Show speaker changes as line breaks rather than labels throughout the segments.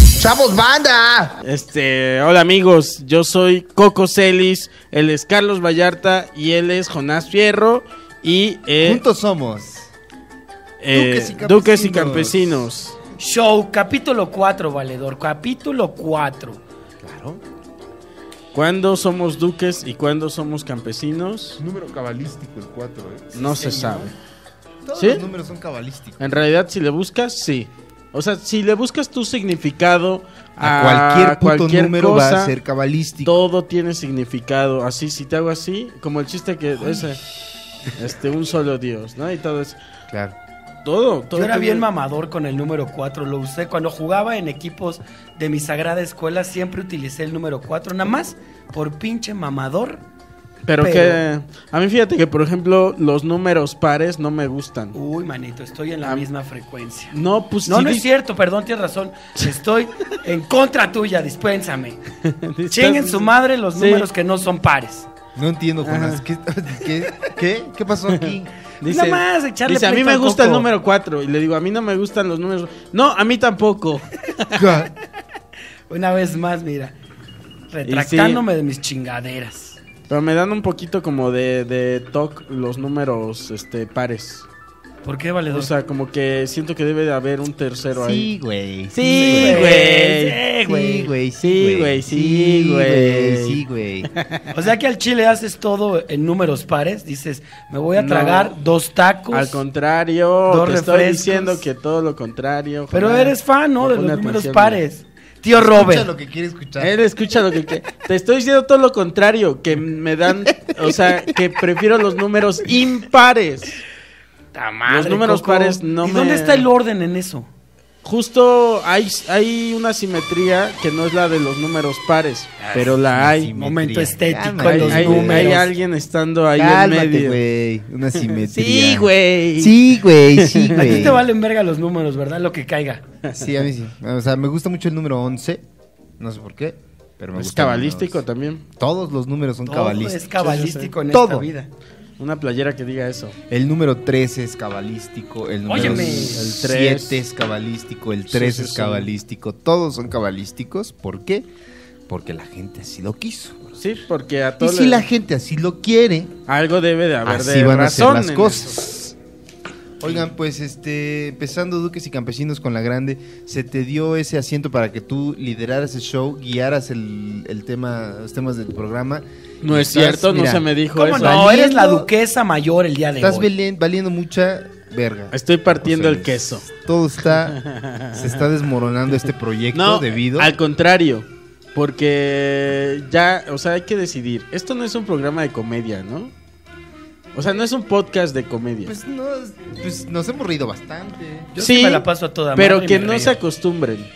¡Somos banda!
Este, hola amigos, yo soy Coco Celis, él es Carlos Vallarta y él es Jonás Fierro y eh,
Juntos somos.
eh,
Duques y Campesinos.
Duques y Campesinos.
Show, capítulo 4, valedor. Capítulo 4.
Claro.
¿Cuándo somos duques y cuándo somos campesinos?
Número cabalístico el 4, ¿eh?
No se
señor.
sabe.
Todos
¿Sí?
los números son cabalísticos.
En realidad, si le buscas, sí. O sea, si le buscas tu significado
A
a,
cualquier puto
cualquier
número
cosa,
va a ser cabalístico.
todo tiene significado. Así, si te hago así, como el chiste que ese, este, un solo Dios, ¿no? Y todo es
Claro.
todo. todo
Yo era
tiene-
bien mamador con el número 4, lo usé. Cuando jugaba en equipos de mi sagrada escuela, siempre utilicé el número 4, nada más por pinche mamador.
Pero,
pero-
que a mí fíjate que por ejemplo los números pares no me gustan.
Uy, manito, estoy en la
Ah.
misma frecuencia.
No, pues
Uh. No,
sí
no es
di-
cierto, perdón, tienes razón. Estoy en contra tuya, dispénsame.
estás-
Chinguen su madre los
Sí.
números que no son pares.
No entiendo, Jonas.
Ajá.
¿Qué, qué, qué, qué pasó aquí?
Dice,
Nada más, echarle
dice, a mí
pleito
me
al
gusta el
coco".
número 4 y le digo, a mí no me gustan los números. No, a mí tampoco.
Una vez más, mira, retractándome de mis chingaderas.
Pero me dan un poquito como de, de toc los números este pares.
¿Por qué, valedor?
O sea, como que siento que debe de haber un tercero ahí.
sí, güey.
Sí, güey.
Sí, güey.
Sí, güey.
Sí, güey, sí, güey.
Sí, güey.
O sea que al chile haces todo en números pares. Dices, me voy a
No.
tragar dos tacos.
Al contrario,
Dos
te estoy
refrescos.
diciendo que todo lo contrario.
pero
Jonás.
eres fan,
No
¿no? De
pone
los números
atención,
pares. Tío
Escucha
Robert.
lo que quiere escuchar.
Él escucha lo que quiere. Te estoy diciendo todo lo contrario, que me dan, o sea, que prefiero los números impares.
Ta madre,
Los números
Coco.
pares no
¿Y
me-
dónde está el orden en eso?
Justo hay, hay una simetría que no es la de los números pares, pero la hay.
Ah, simetría.
Momento estético
Cálmate,
en
Hay,
los
hay-
güey.
números.
hay alguien estando ahí en
Cálmate,
medio.
güey. Una simetría.
Sí, güey.
Sí, güey, sí,
A ti
güey.
te valen verga los números, ¿verdad? Lo que caiga.
Sí, a mí sí. O sea, me gusta mucho el número 11. No sé por qué, pero me
Es
gusta. el número
cabalístico
11.
también.
Todos los números son
Todo es
cabalísticos.
cabalístico en
Todo.
esta vida.
Una playera que diga eso.
El número 13 es cabalístico, el número
Óyeme.
El
7
tres.
es cabalístico, el
Sí,
3
sí,
es
sí.
cabalístico. Todos son cabalísticos. ¿Por qué? Porque la gente así lo quiso.
Sí, porque a
Y
todos
si la gente así lo quiere,
algo debe de haber
así
de
van a ser
razón
las
en eso.
cosas. Oigan, pues este, empezando Duques y Campesinos con la Grande, se te dio ese asiento para que tú lideraras el show, guiaras el, el tema, los temas del programa.
No es
Estás,
cierto, no
mira,
se me dijo
¿Cómo
eso.
no? Eres la
Valiendo-
duquesa mayor el día de
Estás
hoy.
valien- valiendo mucha verga.
Estoy partiendo
O sea,
el queso.
Todo está. se está desmoronando este proyecto
No,
debido.
al contrario. Porque ya, o sea, hay que decidir. Esto no es un programa de comedia, ¿no? O sea, no es un podcast de comedia.
Pues, no, pues nos hemos reído bastante.
Yo sí me la paso a toda
pero
madre y
que
me
no
río.
se acostumbren.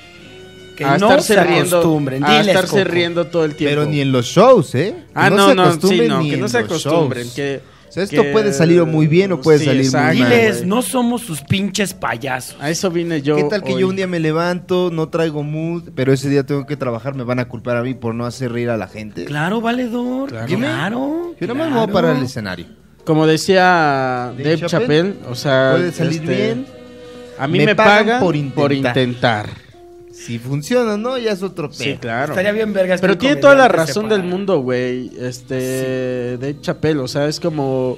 Que
a
no
estarse
se
riendo,
acostumbren.
A
Diles,
estarse
Coco.
riendo todo el tiempo.
Pero ni en los shows, ¿eh? Que
Ah, no,
se
no, sí,
acostumbren
no,
ni
que no
en
se
los
acostumbren.
shows.
Que,
O sea, esto
que-
puede salir o muy bien o puede
Sí,
salir muy
exacto,
mal.
Diles,
güey.
no somos sus pinches payasos.
A eso vine yo.
¿Qué tal que yo
hoy.
un día me levanto, no traigo mood, pero ese día tengo que trabajar, me van a culpar a mí por no hacer reír a la gente?
Claro, valedor. Claro.
Dime.
claro
Yo nada más me voy para el escenario.
Como decía
Dave
Dave Chappelle, o sea.
Puede salir
este,
bien.
A mí
Me
me,
pagan
pagan,
por
por intentar.
intentar. Si funciona, ¿no? Ya es otro
Sí,
pedo.
claro.
Estaría bien vergas.
Pero
que un
tiene toda la
comediante
razón
sepa-
del mundo, güey. Este. De Chapel, o sea, es como.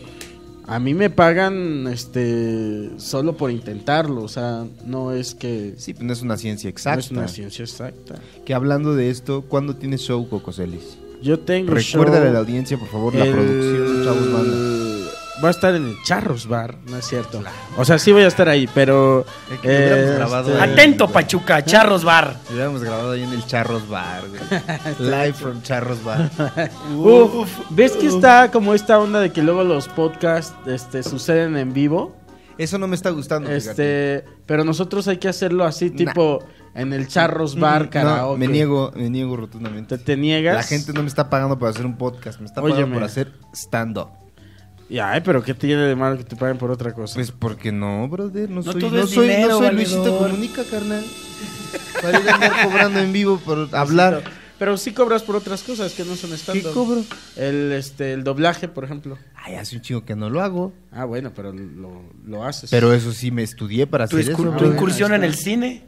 A mí me pagan, este. Solo por intentarlo, o sea, no es que.
Sí, pues no es una ciencia
No
exacta.
es una ciencia exacta.
Que hablando de esto, ¿cuándo tienes show, Cocoselis?
Yo tengo.
Recuérdale
show
a la audiencia, por favor, la
el-
producción, chavos, banda.
Voy a estar en el Charros Bar, no es cierto. O sea, sí voy a estar ahí, pero.
El que hubiéramos grabado
este,
ahí.
Atento, Pachuca, Charros Bar.
Lo habíamos grabado ahí en el Charros Bar, güey. Live from Charros Bar.
Uf, ¿Ves que está como esta onda de que luego los podcasts este, suceden en vivo?
Eso no me está gustando, fíjate.
Este, pero nosotros hay que hacerlo así,
Nah. Mm,
tipo en el Charros Bar,
No,
karaoke.
me niego, me niego
¿Te,
rotundamente.
te niegas?
La gente no me está pagando por hacer un podcast, me está pagando
Óyeme.
por hacer stand-up.
Y, ay, pero ¿qué tiene de malo que te paguen por otra cosa?
Pues porque no, brother, no,
No
soy,
todo
no
es
soy, no
dinero,
soy Luisito
valedor.
Comunica, carnal. Para ir a andar cobrando en vivo por hablar.
Pero sí cobras por otras cosas que no son stand
¿Qué cobro?
El, este, el doblaje, por ejemplo.
Ay, hace un chingo que no lo hago.
Ah, bueno, pero lo, lo haces.
Pero eso sí, me estudié para
Tu,
hacer eso.
escu- tu
Ah,
güey.
bueno,
incursión
ahí
en
está.
el cine.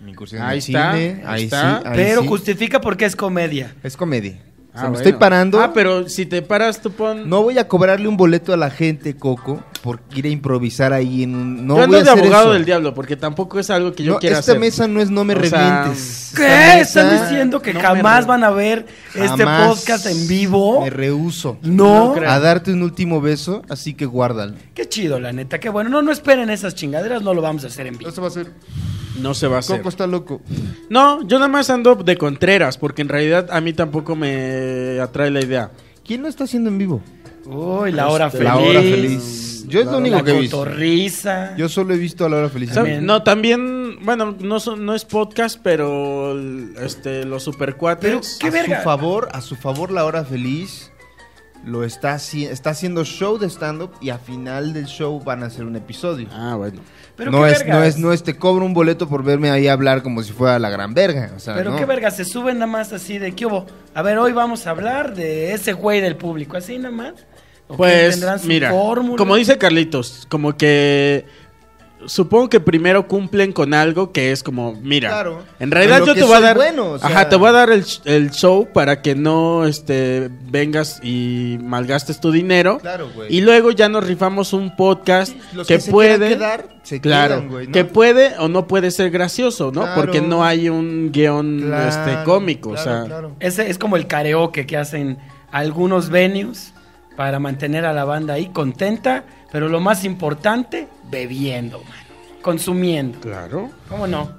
Mi incursión
Ahí
en el
está,
cine,
ahí
ahí
está.
sí, ahí
Pero
sí.
justifica porque es comedia.
Es comedia. O sea,
Ah,
me
bueno.
estoy parando.
Ah, pero si te paras, tú pon.
No voy a cobrarle un boleto a la gente, Coco, por ir a improvisar ahí en un. No
yo
voy
ando
a
de
hacer
abogado
eso.
del diablo, porque tampoco es algo que yo
No,
quiera
esta
hacer.
mesa no es no me
O sea,
revientes.
¿Qué?
Esta mesa-
¿Están diciendo que
no me
jamás
re-
van a ver este
Jamás
podcast en vivo?
Me rehuso
No.
No creo.
a darte un último beso, así que guárdalo.
Qué chido, la neta. Qué bueno. No, no esperen esas chingaderas. No lo vamos a hacer en vivo.
Esto va a ser.
No se va a hacer.
Coco está loco.
No, yo nada más ando de contreras, porque en realidad a mí tampoco me atrae la idea.
¿Quién lo está haciendo en vivo?
Uy, la hora feliz.
Este, La hora feliz. Yo es lo único
La
que he visto.
cotorriza.
Yo solo he visto a la hora feliz.
¿Sabe?
También.
No, también, bueno, no, son- no es podcast, pero este, los supercuates.
¿Qué
a
verga?
su favor, a su favor la hora feliz lo está haci- está haciendo show de stand up y a final del show van a hacer un episodio.
Ah, bueno.
Pero
no
qué
es,
vergas.
no es, no es, te cobro un boleto por verme ahí hablar como si fuera la gran verga. O sea,
Pero
no.
qué verga, se suben nada más así de qué hubo. A ver, hoy vamos a hablar de ese güey del público, así nada más. ¿O que
Pues,
tendrán su
mira,
fórmula?
como dice Carlitos, como que supongo que primero cumplen con algo que es como, mira,
Claro.
en realidad
En lo
yo
que
te voy a
soy
dar,
bueno, o sea.
ajá, te voy a dar el, sh- el show para que no, este, vengas y malgastes tu dinero.
Claro, güey.
Y luego ya nos rifamos un podcast
Los
que,
que se
puede,
quieran quedar, se
claro,
quedan, güey, ¿no?
que puede o no puede ser gracioso, ¿no?
Claro.
Porque no hay un guión,
Claro,
este, cómico,
claro,
o sea.
claro.
Ese es como el karaoke que hacen algunos venues para mantener a la banda ahí contenta, pero lo más importante, bebiendo, mano, consumiendo.
Claro.
¿Cómo no?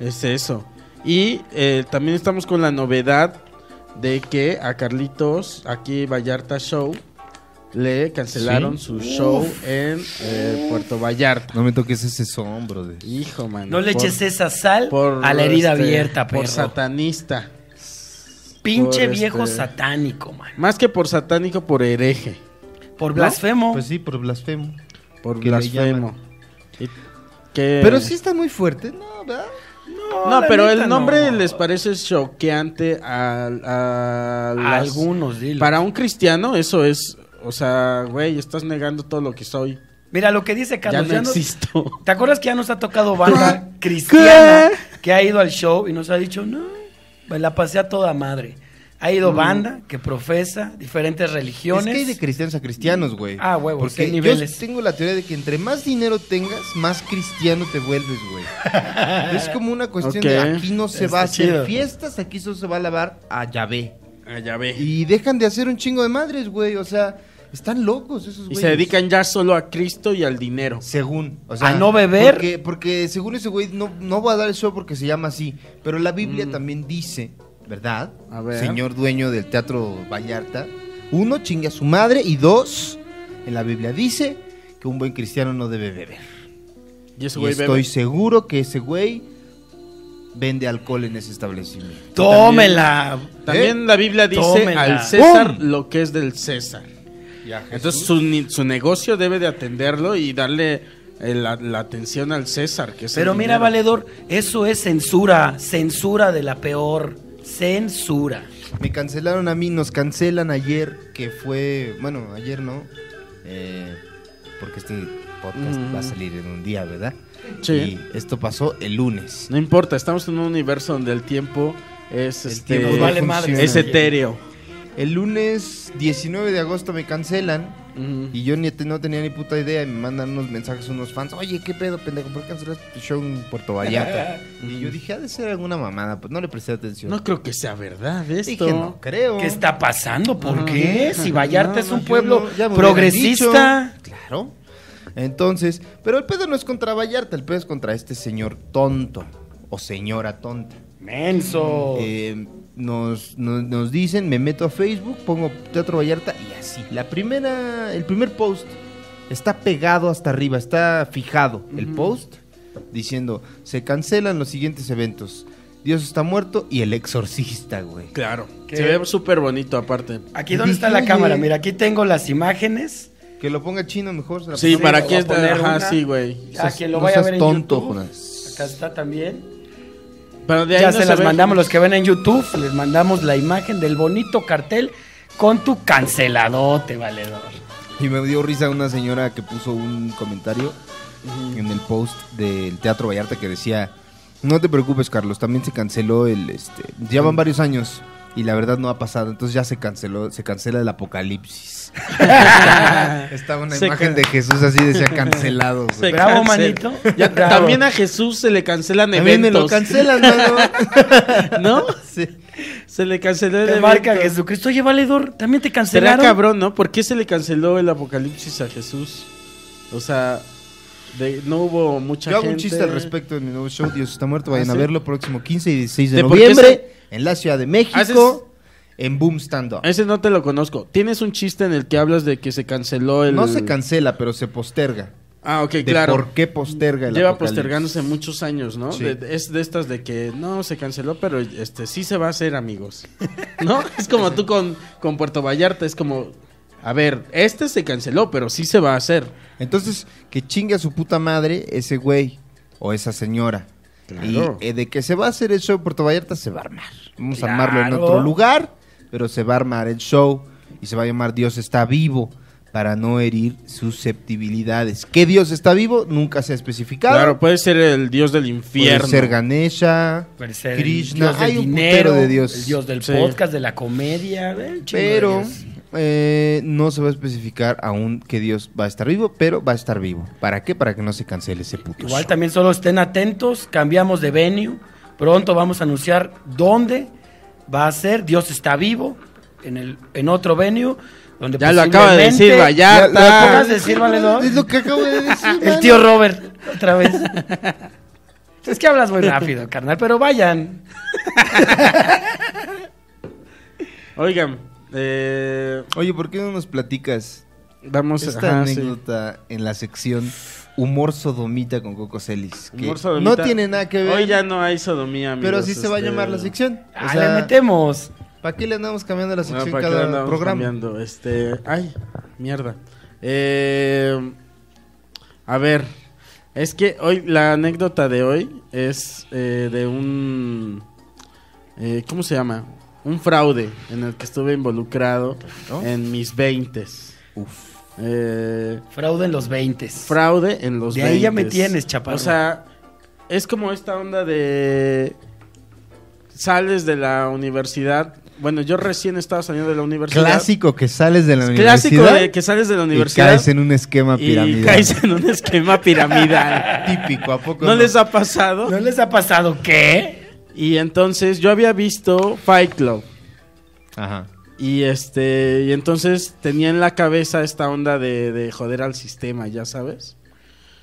Es eso. Y eh, también estamos con la novedad de que a Carlitos, aquí Vallarta Show, le cancelaron su show en eh, Puerto Vallarta.
No me toques ese sombro de.
Hijo, man.
No le eches esa sal a la herida abierta,
este, Por
perro.
satanista.
Pinche
por
viejo
este-
satánico, man.
Más que por satánico, por hereje.
Por blasfemo.
Pues sí, por blasfemo.
Por
Que le
blasfemo. Y- que-
Pero sí está muy fuerte, ¿no? ¿Verdad?
No,
la
pero
neta,
el nombre
no.
les parece choqueante a, a
A
las-
algunos, dilo.
Para un cristiano eso es, o sea, güey, estás negando todo lo que soy.
Mira lo que dice Carlos.
ya no
ya nos-
existo.
¿Te acuerdas que ya nos ha tocado banda cristiana que ha ido al show y nos ha dicho, no, me la pasé a toda madre? Ha ido banda que profesa diferentes religiones.
Mm. Es que hay de cristianos a cristianos, güey.
Ah, huevos,
Porque
hay niveles.
yo tengo la teoría de que entre más dinero tengas, más cristiano te vuelves, güey. es como una cuestión de
Ok.
aquí no se
Está
va a hacer
chido.
fiestas, aquí solo se va a lavar a llave.
Ah, ya ve. Y,
Y dejan de hacer un chingo de madres, güey. O sea, están locos esos güeyes.
se dedican ya solo a Cristo y al dinero.
Según, o sea,
¿A no beber?
Porque, porque según ese güey, no, no va a dar el show porque se llama así. Pero la Biblia también dice, ¿verdad?
Mm. A ver.
Señor dueño del Teatro Vallarta. Uno, chingue a su madre. Y dos, en la Biblia dice que un buen cristiano no debe beber.
Y ese
Y
güey
estoy
bebe.
seguro que ese güey vende alcohol en ese establecimiento.
Tómela.
¿Eh?
También la Biblia dice
Tómela.
al César
¡Bum!
lo que es del César. Entonces su, ni- su negocio debe de atenderlo y darle eh, la, la atención al César, que es el
Pero mira,
dinero.
valedor, eso es censura, censura de la peor, censura.
Me cancelaron a mí, nos cancelan ayer, que fue, bueno, ayer no, eh, porque este podcast
Mm.
va a salir en un día, ¿verdad?
Sí.
Y esto pasó el lunes.
No importa, estamos en un universo donde el tiempo es
El
este
tiempo
vale madre.
es etéreo.
El lunes 19 de agosto me cancelan y yo ni te- no tenía ni puta idea y me mandan unos mensajes unos fans, oye, ¿qué pedo, pendejo? ¿Por qué cancelaste tu show en Puerto Vallarta? y yo dije, ha de ser alguna mamada, pues no le presté atención.
No creo que sea verdad esto.
dije, no creo.
¿Qué está pasando? ¿Por
No,
qué?
no,
Si Vallarta
No,
es
Ah. no,
un
yo no,
pueblo
ya me hubieran
progresista.
dicho. Claro. Entonces, pero el pedo no es contra Vallarta, el pedo es contra este señor tonto o señora tonta.
Menso.
Eh, nos, nos- nos dicen, me meto a Facebook, pongo Teatro Vallarta y así. La primera, el primer post está pegado hasta arriba, está fijado el post diciendo, se cancelan los siguientes eventos. Dios está muerto y el exorcista, güey.
Claro.
¿Qué?
Se ve súper bonito aparte.
Aquí donde está
dije,
la cámara,
oye.
mira, aquí tengo las imágenes.
Que lo ponga chino mejor. se la
Sí,
pongo.
para
pues voy
qué
a
está-
poner
ajá,
una.
sí, güey.
A
seas-
quien lo
no
vaya a
seas
ver en
tonto,
YouTube.
Jonas.
Acá está también.
Pero de ahí
Ya
no
se las
ve-
mandamos los que ven en YouTube, les mandamos la imagen del bonito cartel con tu canceladote, valedor.
Y me dio risa una señora que puso un comentario en el post del Teatro Vallarta que decía, No te preocupes, Carlos. También se canceló el. Este, ya van varios años y la verdad no ha pasado. Entonces ya se canceló, se cancela el apocalipsis. Estaba una
Se
imagen
ca-
de Jesús así decía cancelado. güey.
Se
Bravo,
cancela.
manito.
Ya,
Bravo.
También a Jesús se le cancelan
También me lo
eventos.
cancelan, mano.
¿No?
Sí.
Se le canceló el
Te marca
evento.
Jesucristo, oye, valedor, también te
Será
cancelaron.
cabrón, ¿no? ¿Por qué se le canceló el apocalipsis a Jesús? O sea, de- no hubo mucha
Yo hago
gente.
un chiste al respecto en mi nuevo show, Dios está muerto.
Ah,
Vayan a
¿sí?
verlo próximo 15 y 16 de,
¿De por qué Ah,
noviembre en la Ciudad de
Haces-
México, en Boom Stand Up.
Ese no te lo conozco. Tienes un chiste en el que hablas de que se canceló el.
No se cancela, pero se posterga.
Ah, ok,
De
claro.
por qué posterga el
Lleva
apocalipsis.
postergándose muchos años, ¿no?
Sí.
De- es de estas de que no se canceló, pero este sí se va a hacer, amigos. ¿No? Es como tú con, con Puerto Vallarta, es como, a ver, este se canceló, pero sí se va a hacer.
Entonces, que chingue a su puta madre ese güey o esa señora.
Claro.
Y eh, de que se va a hacer el show en Puerto Vallarta, se va a armar. Vamos
Claro.
a armarlo en otro lugar, pero se va a armar el show y se va a llamar Dios está vivo para no herir susceptibilidades. ¿Qué Dios está vivo? Nunca se ha especificado.
Claro, puede ser el dios del infierno.
Puede ser Ganesha,
Puede ser el
Krishna,
dios del
hay un
dinero,
putero de Dios.
El dios del
Sí.
podcast, de la comedia, de un chingo de
pero
dios.
eh, no se va a especificar aún que Dios va a estar vivo, pero va a estar vivo. ¿Para qué? Para que no se cancele ese puto
Igual
show.
también solo estén atentos, cambiamos de venue. Pronto vamos a anunciar dónde va a ser. Dios está vivo en el en otro venue. Donde
Ya lo acaba de
posiblemente-
decir Vallarta.
Ya- ya acabas de decir, valedor?
Es lo que acabo de decir.
El tío Robert, otra vez. Es que hablas muy rápido, carnal, pero vayan.
Oigan, eh,
Oye, ¿por qué no nos platicas
vamos
esta
ajá, sí.
anécdota en la sección Humor Sodomita con Coco Celis? que
Humor sodomita.
No tiene nada que ver,
Hoy ya no hay sodomía, amigos.
pero sí se va a
este,
llamar la sección. O
Ah,
sea,
le metemos.
¿Para qué le andamos cambiando la
no,
sección
Ah, ¿para qué
cada
andamos
programa?
cambiando? Este, ay, mierda. Eh, a ver, es que hoy la anécdota de hoy es eh, de un, eh, ¿cómo se llama? Un fraude en el que estuve involucrado
¿No?
en mis veintes.
Uf.
Eh,
Fraude en los 20.
fraude en los
De ahí ya me
20s.
tienes, chaparro.
O sea, es como esta onda de sales de la universidad. Bueno, yo recién estaba saliendo de la universidad.
Clásico que sales de la
Es
universidad.
Clásico de que sales de la universidad
Y caes en un esquema
y
piramidal.
caes en un esquema piramidal.
Típico, ¿a poco?
¿No les ha pasado?
¿No les ha pasado qué?
Y entonces yo había visto Fight Club.
Ajá.
Y este, y entonces tenía en la cabeza esta onda de, de joder al sistema, ya sabes.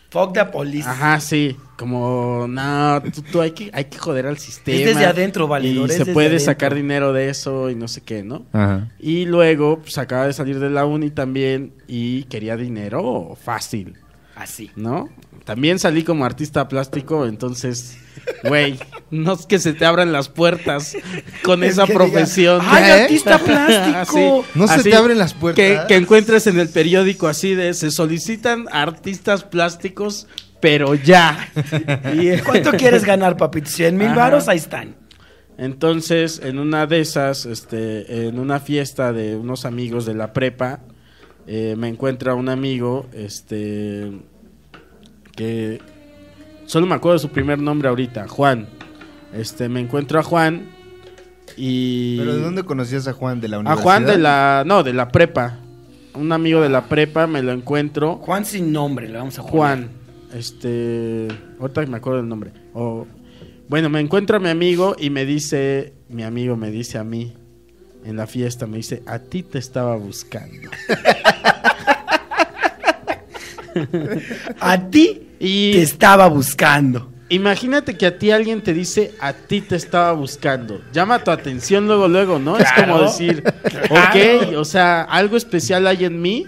Fuck the police.
Ajá, sí. Como, no, tú, tú hay, que, hay que joder al sistema.
desde adentro, valedor,
Y
es
se
desde
puede
adentro.
sacar dinero de eso y no sé qué, ¿no?
Ajá.
Y luego, pues acaba de salir de la uni también y quería dinero fácil,
Así.
¿no? También salí como artista plástico, entonces, güey, no es que se te abran las puertas con
Es
esa
que
profesión.
digas, ¡Ay,
¿eh?
artista plástico!
Así.
No se te abren las puertas.
Que, que encuentres en el periódico así de se solicitan artistas plásticos, pero ya. Y-
¿Cuánto quieres ganar, papito? 100 mil
Ajá.
varos, ahí están.
Entonces, en una de esas, este, en una fiesta de unos amigos de la prepa, eh, me encuentra un amigo, este, que solo me acuerdo de su primer nombre ahorita, Juan. Este, me encuentro a Juan y
¿Pero de dónde conocías a Juan? ¿De la
a
universidad?
Juan de la, no, de la prepa, un amigo de la prepa me lo encuentro,
Juan sin nombre, le vamos a
Juan, este, ahorita me acuerdo el nombre. O, bueno, me encuentra mi amigo y me dice, mi amigo me dice a mí en la fiesta, me dice, a ti te estaba buscando.
A ti te
Y
estaba buscando.
imagínate que a ti alguien te dice, a ti te estaba buscando. Llama tu atención luego, luego, ¿no? Es como
Claro.
decir,
Claro.
ok, o sea, algo especial hay en mí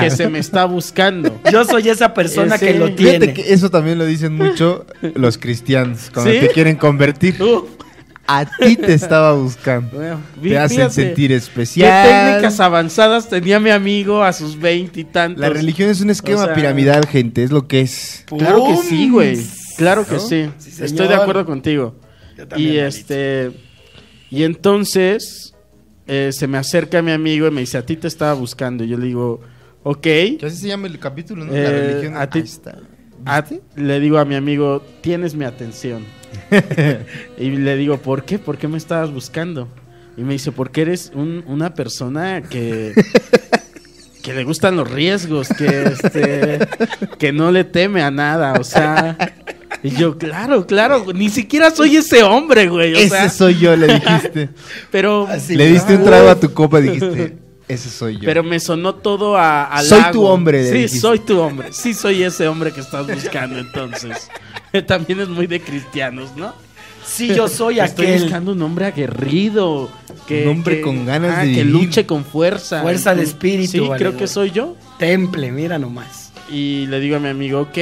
que se me está buscando.
Yo soy esa persona
Ese-
que lo
Fíjate
tiene.
que eso también lo dicen mucho los cristianos cuando
¿Sí?
te quieren convertir.
Uf,
A ti te estaba buscando.
bueno,
te hacen
fíjate.
sentir
¿Qué
especial.
técnicas avanzadas tenía mi amigo a sus veintitantos?
La religión es un esquema
O sea-
piramidal, gente, es lo que es.
Claro que sí, güey.
Pums.
Claro que
¿No?
sí.
Sí, señor.
Estoy de acuerdo contigo.
Yo también,
Y
Alex.
este. Y entonces eh, se me acerca mi amigo y me dice: A ti te estaba buscando. Y yo le digo: Ok.
así se llama el capítulo,
¿no? La Eh, religión- a ti- Ahí está. a- le digo a mi amigo, tienes mi atención. y le digo, ¿por qué? ¿Por qué me estabas buscando? Y me dice, porque eres un- una persona que, que le gustan los riesgos, que, este, que no le teme a nada, o sea... Y yo, claro, claro, ni siquiera soy ese hombre, güey. O
Ese
sea,
soy yo, le dijiste.
pero,
Así. Sí,
le diste un
claro.
trago a tu copa y dijiste, ese soy yo.
pero me sonó todo a, a
Soy
halago.
tu hombre, le
Sí,
dijiste.
soy tu hombre. Sí, soy ese hombre que estás buscando, entonces. También es muy de cristianos, ¿no?
Sí, yo soy
Estoy
aquel.
buscando un hombre aguerrido. Que,
Un hombre
que-
con ganas de
Que
vivir.
luche con fuerza.
Fuerza de espíritu,
Sí, creo
valedor.
que soy yo.
Temple, mira nomás.
Y le digo a mi amigo, ok,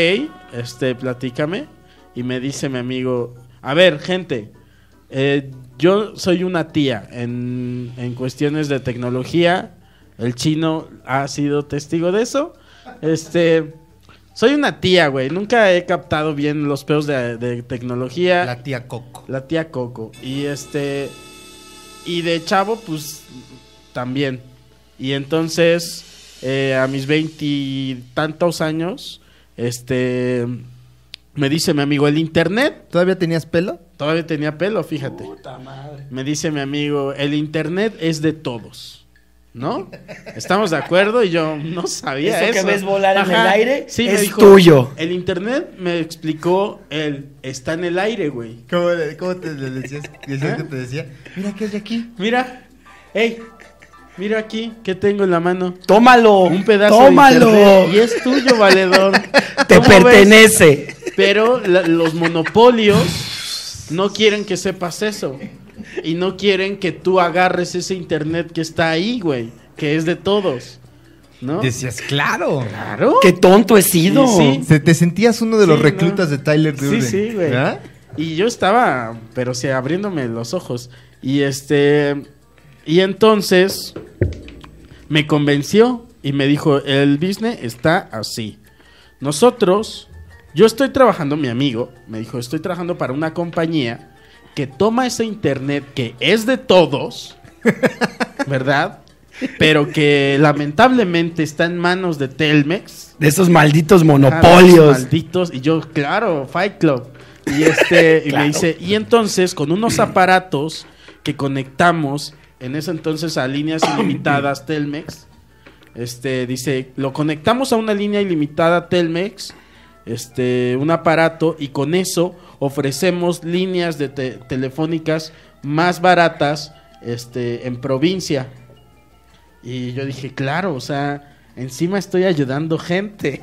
este, platícame. Y me dice mi amigo, a ver, gente, eh, yo soy una tía en, en cuestiones de tecnología. El chino ha sido testigo de eso. Este, soy una tía, güey. Nunca he captado bien los peos de, de tecnología.
La tía Coco.
La tía Coco. Y este. Y de chavo, pues. También. Y entonces. eh, a mis veintitantos años. Este. Me dice mi amigo, el internet.
¿Todavía tenías pelo?
Todavía tenía pelo, fíjate. Me dice mi amigo, el internet es de todos. ¿No? Estamos de acuerdo y yo no sabía
Eso
eso.
que ves volar en el aire
me
es tuyo.
El internet me explicó, el está en el aire, güey.
¿Cómo, te le decías? decías que te decía? Mira que hay aquí.
Mira, hey, mira aquí, ¿qué tengo en la mano?
Tómalo.
Un pedazo
Tómalo.
de internet y es tuyo, valedor.
Te
¿Cómo ves?
pertenece.
Pero la- los monopolios no quieren que sepas eso. Y no quieren que tú agarres ese internet que está ahí, güey, que es de todos. ¿No?
Decías, claro.
Claro.
Qué tonto he sido.
Sí,
Se- te sentías uno de los
Sí,
reclutas
no.
de ¿Ah? Tyler Durden.
Sí, sí, güey.
¿verdad?
Y yo estaba, pero sí, abriéndome los ojos. Y este. Y entonces. Me convenció y me dijo: el business está así. Nosotros. Yo estoy trabajando, mi amigo me dijo: estoy trabajando para una compañía que toma ese internet que es de todos, ¿verdad? Pero que lamentablemente está en manos de Telmex.
De esos malditos
Ah, los
monopolios.
Malditos. Y yo, claro, Fight Club. Y este, y
Claro.
me dice, y entonces con unos aparatos que conectamos en ese entonces a líneas ilimitadas Telmex, este, dice, lo conectamos a una línea ilimitada Telmex, este, un aparato y con eso ofrecemos líneas de te- telefónicas más baratas, este, en provincia. Y yo dije, claro, o sea, encima estoy ayudando gente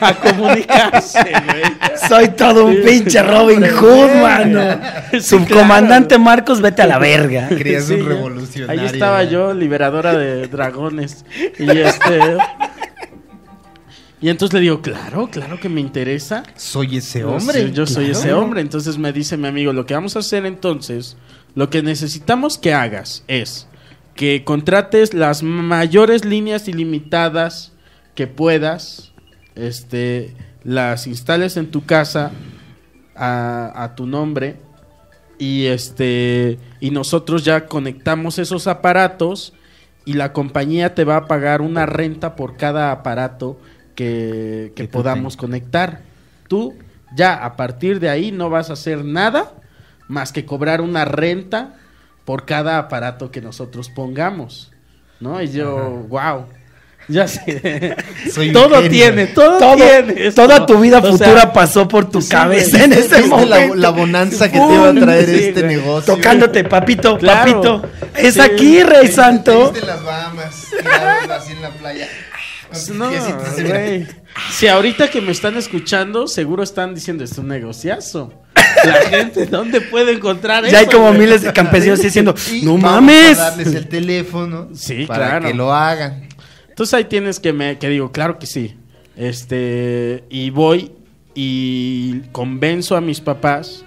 a comunicarse, güey.
Soy todo un
Sí.
pinche Robin
Hombre,
Hood,
güey.
mano.
Sí,
Subcomandante Marcos, vete a la verga.
Creías
Sí,
un
yo-
revolucionario.
Ahí estaba
¿verdad?
yo, liberadora de dragones. Y este. Y entonces le digo, claro, claro que me interesa.
Soy ese
Yo
hombre.
soy- yo soy
claro.
ese hombre. Entonces me dice mi amigo, lo que vamos a hacer entonces, lo que necesitamos que hagas es que contrates las mayores líneas ilimitadas que puedas, este, las instales en tu casa a, a tu nombre y este y nosotros ya conectamos esos aparatos y la compañía te va a pagar una renta por cada aparato que, que
Que tú
podamos conectar. Tú ya a partir de ahí no vas a hacer nada más que cobrar una renta por cada aparato que nosotros pongamos. ¿No? Y yo, wow. Ya sé.
Soy un
todo
genio.
tiene, todo,
Todo-
tienes.
toda tu vida
O sea,
futura pasó por tu
sí,
cabeza
güey.
en
¿Viste la,
ese momento.
la bonanza que te iba a
este Pum,
traer
sí,
este
güey.
negocio?
Tocándote, papito,
Claro.
papito. Es
Sí.
aquí, Rey Santo.
Te viste en las Bahamas, tirados así en la playa. Con tus
No,
piecitos así, mira.
güey. Si ahorita que me están escuchando, seguro están diciendo, es un negociazo. La gente, ¿dónde puede encontrar eso?
Ya hay como
güey?
miles de campesinos diciendo,
Y
no
vamos
mames.
A darles el teléfono
Sí,
para
claro.
que lo hagan.
Entonces ahí tienes que me que digo, claro que sí. Este, y voy y convenzo a mis papás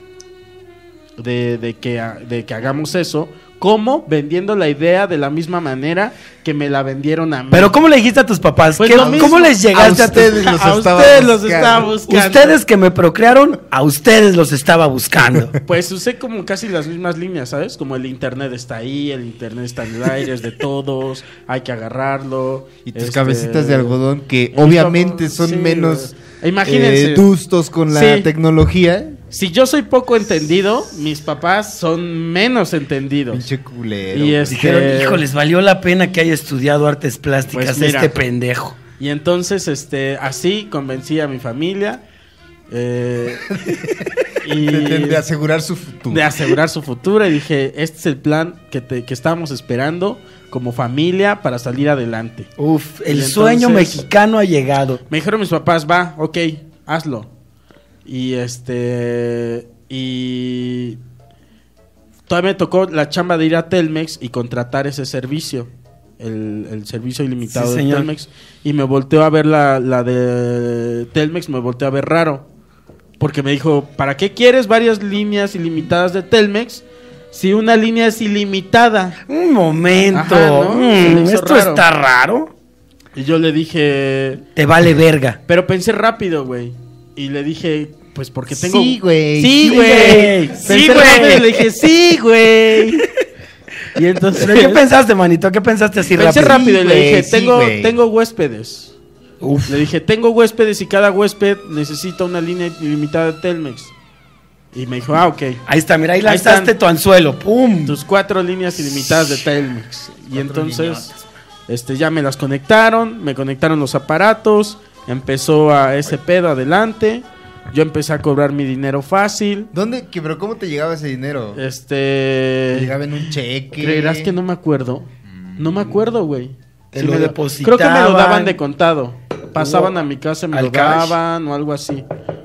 de, de que, ha- de que hagamos eso. ¿Cómo? Vendiendo la idea de la misma manera que me la vendieron a mí.
Pero ¿cómo le dijiste a tus papás?
Pues
¿Qué-
lo mismo.
¿Cómo les llegaste
A
a, tus
ustedes los
a
estaba
ustedes los
buscando.
estaba buscando.
Ustedes que me procrearon, a ustedes los estaba buscando.
Pues usé como casi las mismas líneas, ¿sabes? Como el internet está ahí, el internet está en el aire, es de todos, hay que agarrarlo.
Y tus
este,
cabecitas de algodón que
estamos-
obviamente son
sí,
menos
güey. Imagínense.
eh, dustos con la
Sí.
tecnología.
Si yo soy poco entendido, mis papás son menos entendidos.
Pinche culero.
Y
güey.
es-
Dijeron,
Este-
hijo, les valió la pena que haya estudiado artes plásticas
Pues mira.
este pendejo.
Y entonces, este, así convencí a mi familia. eh, y
De, de asegurar su futuro.
de asegurar su futuro. Y dije, este es el plan que, te, que estábamos esperando como familia para salir adelante.
Uf, el
Y
sueño
entonces-
mexicano ha llegado.
Me dijeron mis papás, va, ok, hazlo. Y este. Y. Todavía me tocó la chamba de ir a Telmex y contratar ese servicio. El, el servicio ilimitado
Sí,
de
señor.
Telmex. Y me volteó a ver la, la de Telmex, me volteó a ver raro. Porque me dijo, ¿para qué quieres varias líneas ilimitadas de Telmex si una línea es ilimitada?
Un momento.
Ajá, ¿no? Se me
mm,
hizo
Esto
raro.
está raro.
Y yo le dije,
Te vale verga.
Pero pensé rápido, güey. Y le dije, pues porque tengo.
Sí, güey.
Sí,
Sí,
güey.
güey.
Pensé
Sí,
rápido
güey.
Y le dije, sí, güey. Y entonces.
¿Pero qué pensaste, manito? ¿Qué pensaste así
pensé
rápido?
rápido y
Sí,
le dije,
güey,
tengo,
sí, güey.
tengo huéspedes. Le dije, tengo huéspedes y cada huésped necesita una línea ilimitada de Telmex. Y me dijo, ah, ok.
Ahí está, mira, ahí
Ahí
lanzaste
están.
tu anzuelo. ¡Pum!
Tus cuatro líneas ilimitadas de Telmex. Y entonces, este, ya me las conectaron, me conectaron los aparatos, empezó a ese pedo adelante. Yo empecé a cobrar mi dinero fácil.
¿Dónde? que- ¿Pero cómo te llegaba ese dinero? ¿Te
Este.
llegaba en un cheque?
Eh, Creerás que no me acuerdo. No me acuerdo, güey.
Te
Sí
lo
me-
depositaban.
Creo que me lo daban de contado. Pasaban a mi casa, me
Al
lo
cash.
daban o algo así.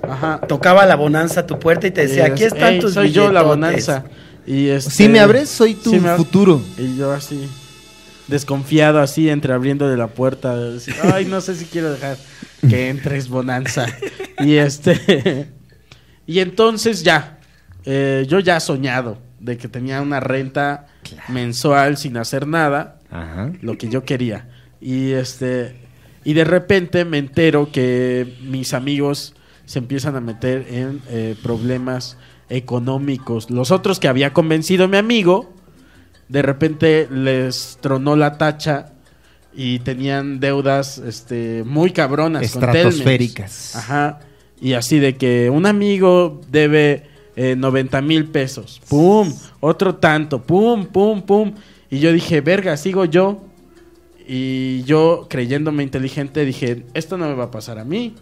Ajá.
Tocaba la bonanza a tu puerta y te decía,
Y
aquí
es-
están
"Ey,
tus
Soy yo la
billetotes".
bonanza. Y este,
Si me abres, soy tu
sí me ab-
futuro.
Y yo así, desconfiado, así, entreabriendo de la puerta. así, Ay, no sé si quiero dejar que entres, bonanza. Y este. Y entonces ya. eh, yo ya soñado de que tenía una renta mensual sin hacer nada,
Ajá.
lo que yo quería. Y este. Y de repente me entero que mis amigos se empiezan a meter en eh, problemas económicos. Los otros que había convencido mi amigo, de repente les tronó la tacha y tenían deudas este, muy cabronas. con Telmex.
Estratosféricas.
Ajá. Y así de que un amigo debe eh, 90 mil pesos. Pum. Otro tanto. Pum, pum, pum. Y yo dije, verga, sigo yo. Y yo, creyéndome inteligente, dije, esto no me va a pasar a mí.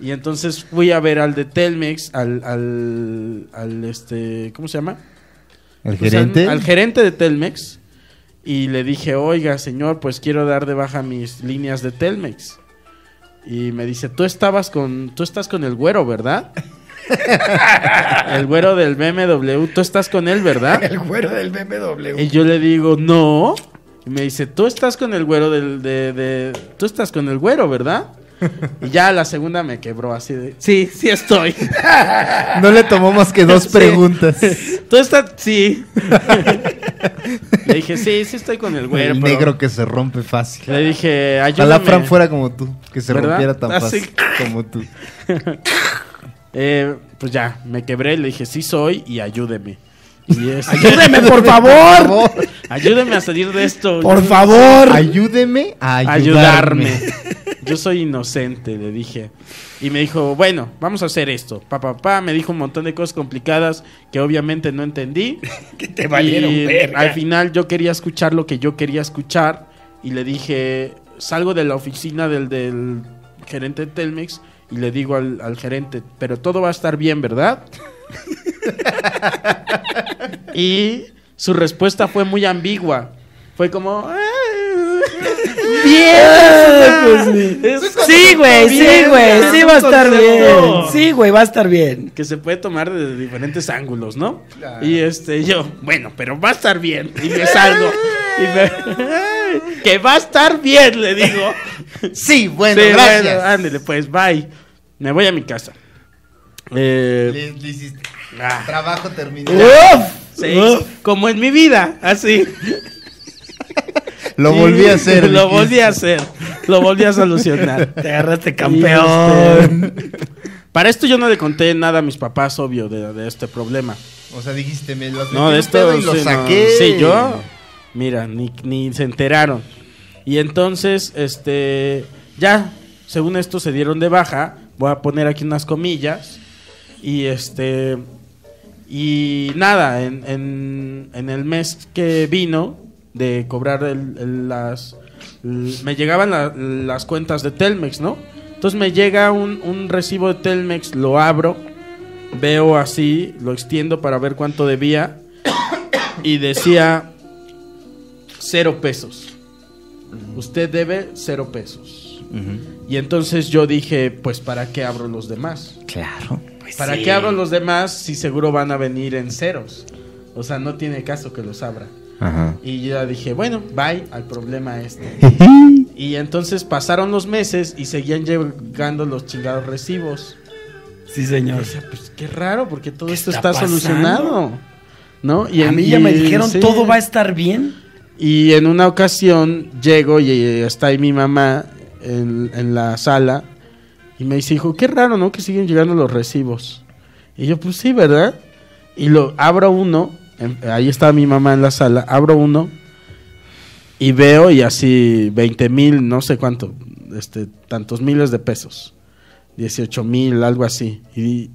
Y entonces fui a ver al de Telmex, al, al, al este, ¿cómo se llama?
¿El
Pues,
gerente?
Al, al gerente de Telmex. Y le dije, oiga, señor, pues quiero dar de baja mis líneas de Telmex. Y me dice, tú estabas con, tú estás con el güero, ¿verdad? el güero del BMW, tú estás con él, ¿verdad?
El güero del BMW.
Y yo le digo, no. Y me dice, tú estás con el güero del, de, de- tú estás con el güero, ¿verdad? Y ya la segunda me quebró así de, sí, sí estoy.
No le tomó más que dos
Sí.
preguntas.
Tú estás, sí. le dije, sí, sí estoy con el güero.
el
pero-
negro que se rompe fácil.
Le dije, ayúdame.
Ojalá Fran fuera como tú, que se
¿Verdad? Ah,
rompiera tan
Así.
fácil como tú.
Eh, pues ya, me quebré, le dije, sí soy y ayúdeme. Y es-
¡Ayúdeme, por
Por
favor!
favor,
ayúdeme a salir de esto.
¡Por
Yo-
favor!
ayúdeme a
ayudarme.
ayudarme.
Yo soy inocente, le dije. Y me dijo, bueno, vamos a hacer esto. Papá, papá, me dijo un montón de cosas complicadas que obviamente no entendí.
Que te valieron
Y
verga.
Al final yo quería escuchar lo que yo quería escuchar y le dije, salgo de la oficina del, del gerente de Telmex y le digo al, al gerente, pero todo va a estar bien, ¿verdad? y su respuesta fue muy ambigua. Fue como... "Ah,
¡Bien!
Es-
Pues Sí, güey, sí,
Bien,
güey,
es
sí
un
va a estar
concepto.
bien. Sí, güey, va a estar bien.
que se puede tomar desde diferentes ángulos, ¿no? Y este, yo, bueno, pero va a estar bien. Y me salgo. y me- que va a estar bien, le digo.
Sí, bueno,
Sí,
gracias.
bueno, ándele, pues, bye. Me voy a mi casa. Eh,
Le- le hiciste-
ah,
Trabajo terminado.
¡Uf!
sí, como en mi vida, así.
Lo
Sí,
volví a hacer.
Lo
Vicky.
volví a hacer. Lo volví a solucionar.
Te agarraste campeón.
Y, este, Para esto yo no le conté nada a mis papás, obvio, de- de este problema.
O sea, dijiste, me lo
No, de esto
y lo
sí, no.
saqué.
Sí, yo. Mira, ni, ni se enteraron. Y entonces, este, ya, según esto se dieron de baja, Voy a poner aquí unas comillas. Y este. Y nada, en, en- en el mes que vino de cobrar el- el- las... l- me llegaban la- las cuentas de Telmex, ¿no? Entonces me llega un, un recibo de Telmex, lo abro, veo así, lo extiendo para ver cuánto debía y decía cero pesos. Usted debe cero pesos. Y entonces yo dije, pues ¿para qué abro los demás?
Claro.
Pues
¿Para qué abro los demás si seguro van a venir en ceros? O sea, no tiene caso que los abra.
Ajá.
Y yo ya dije, bueno, bye al problema este. y entonces pasaron los meses y seguían llegando los chingados recibos.
Sí,
Y yo
señor.
decía, pues qué raro, porque todo
¿Qué
esto
está
está, solucionado. ¿No?
Y a
en-
mí ya me
y-
dijeron,
sí.
todo va a estar bien.
Y en una ocasión llego y eh, está ahí mi mamá en, en la sala y me dice, hijo, qué raro, ¿no? Que siguen llegando los recibos. Y yo, pues sí, ¿verdad? Y lo abro uno, en- ahí está mi mamá en la sala, abro uno y veo y así 20 mil, no sé cuánto, este, tantos miles de pesos. 18 mil, algo así. Y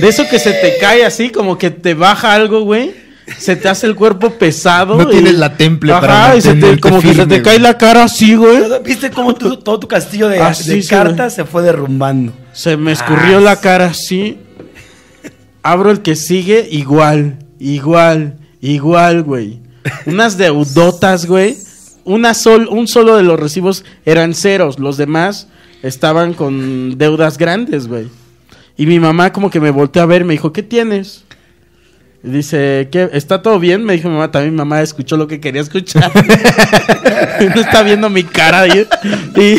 de eso que se te cae así, como que te baja algo, güey. Se te hace el cuerpo pesado.
No
y-
tienes la temple
Ajá,
para
y se te-
mantenerte
como que se
firme,
te cae
güey.
la cara así, güey.
¿Viste cómo tu- todo tu castillo de,
Ah, sí,
de
sí,
cartas se fue derrumbando?
Se me escurrió
Ah,
la
sí.
cara así. Abro el que sigue, igual, igual, igual, güey. Unas deudotas, güey. Una sol, un solo de los recibos eran ceros, los demás estaban con deudas grandes, güey. Y mi mamá como que me volteó a ver, me dijo, ¿qué tienes? Y dice, ¿qué? ¿Está todo bien? Me dijo mi mamá, también mi mamá escuchó lo que quería escuchar. no está viendo mi cara. ahí. Y,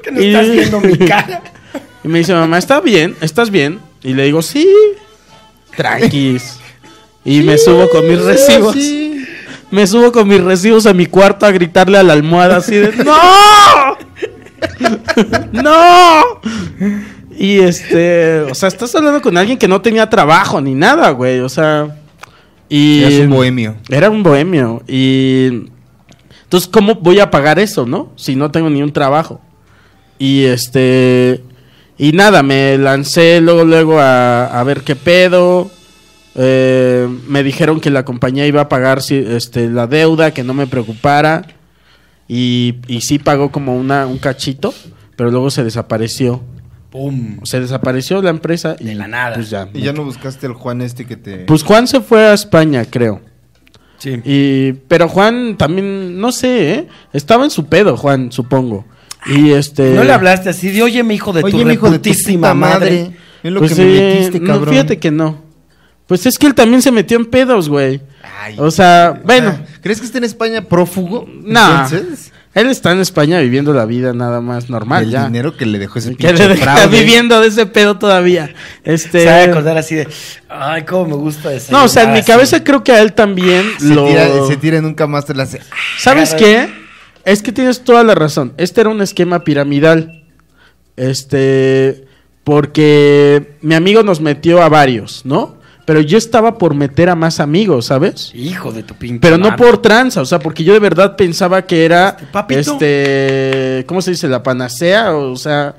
Que no estás
Y-
viendo mi cara.
y me dice, mamá, ¿está bien? ¿Estás bien? Y le digo, sí. Tranquis. Y me subo con mis recibos. Me subo con mis recibos a mi cuarto a gritarle a la almohada así de, ¡No! ¡No! Y este, o sea, estás hablando con alguien que no tenía trabajo ni nada, güey. O sea, y...
Eras un bohemio.
Era un bohemio. Y. Entonces, ¿cómo voy a pagar eso, no? Si no tengo ni un trabajo. Y este. Y nada, me lancé luego, luego a, a ver qué pedo. Eh, me dijeron que la compañía iba a pagar si- este, la deuda, que no me preocupara. Y, y sí pagó como una, un cachito, pero luego se desapareció.
¡Pum!
Se desapareció la empresa.
De la nada.
Pues ya.
Y ya no buscaste al Juan este que te.
Pues Juan se fue a España, creo.
Sí.
Y, pero Juan también, no sé, ¿eh? estaba en su pedo, Juan, supongo. Y este.
No le hablaste así de, oye, mi hijo de tu
Oye, mijo de tu
reputísima
puta
madre.
madre. Es lo
pues,
que me
eh,
metiste,
no,
cabrón.
fíjate que no. Pues es que él también se metió en pedos, güey.
Ay.
O sea, bueno,
Ah, ¿Crees que está en España prófugo?
No.
Entonces,
él está en España viviendo la vida nada más normal,
el
ya.
dinero que le dejó ese
que
pinche
le deja
fraude.
viviendo de ese pedo todavía. Este.
Se va a acordar así de, ay, cómo me gusta eso.
No, o sea, en mi cabeza creo que a él también
Ah, Se,
lo.
tira, se tira y nunca más te la hace. Ah,
¿Sabes
Agarra-
qué? Es que tienes toda la razón. Este era un esquema piramidal. Este. Porque mi amigo nos metió a varios, ¿no? Pero yo estaba por meter a más amigos, ¿sabes?
Hijo de tu pinche
Pero no
madre.
por tranza, o sea, porque yo de verdad pensaba que era.
papito.
Este. ¿Cómo se dice? La panacea, o sea.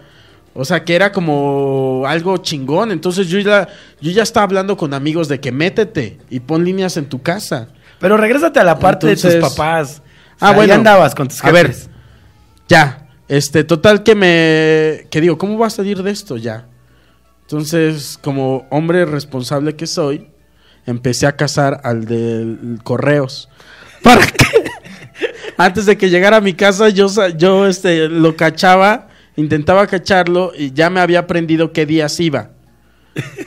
O sea, que era como algo chingón. Entonces yo ya, yo ya estaba hablando con amigos de que métete y pon líneas en tu casa.
Pero regrésate a la parte de tus
Entonces-
papás.
Ah, bueno.
Ya andabas con tus
A ver.
jefes.
Ya, este, total que me... que digo, ¿cómo va a salir de esto ya? Entonces, como hombre responsable que soy, empecé a cazar al de correos. ¿Para qué? Antes de que llegara a mi casa, yo, sa- yo este, lo cachaba, intentaba cacharlo y ya me había aprendido qué días iba.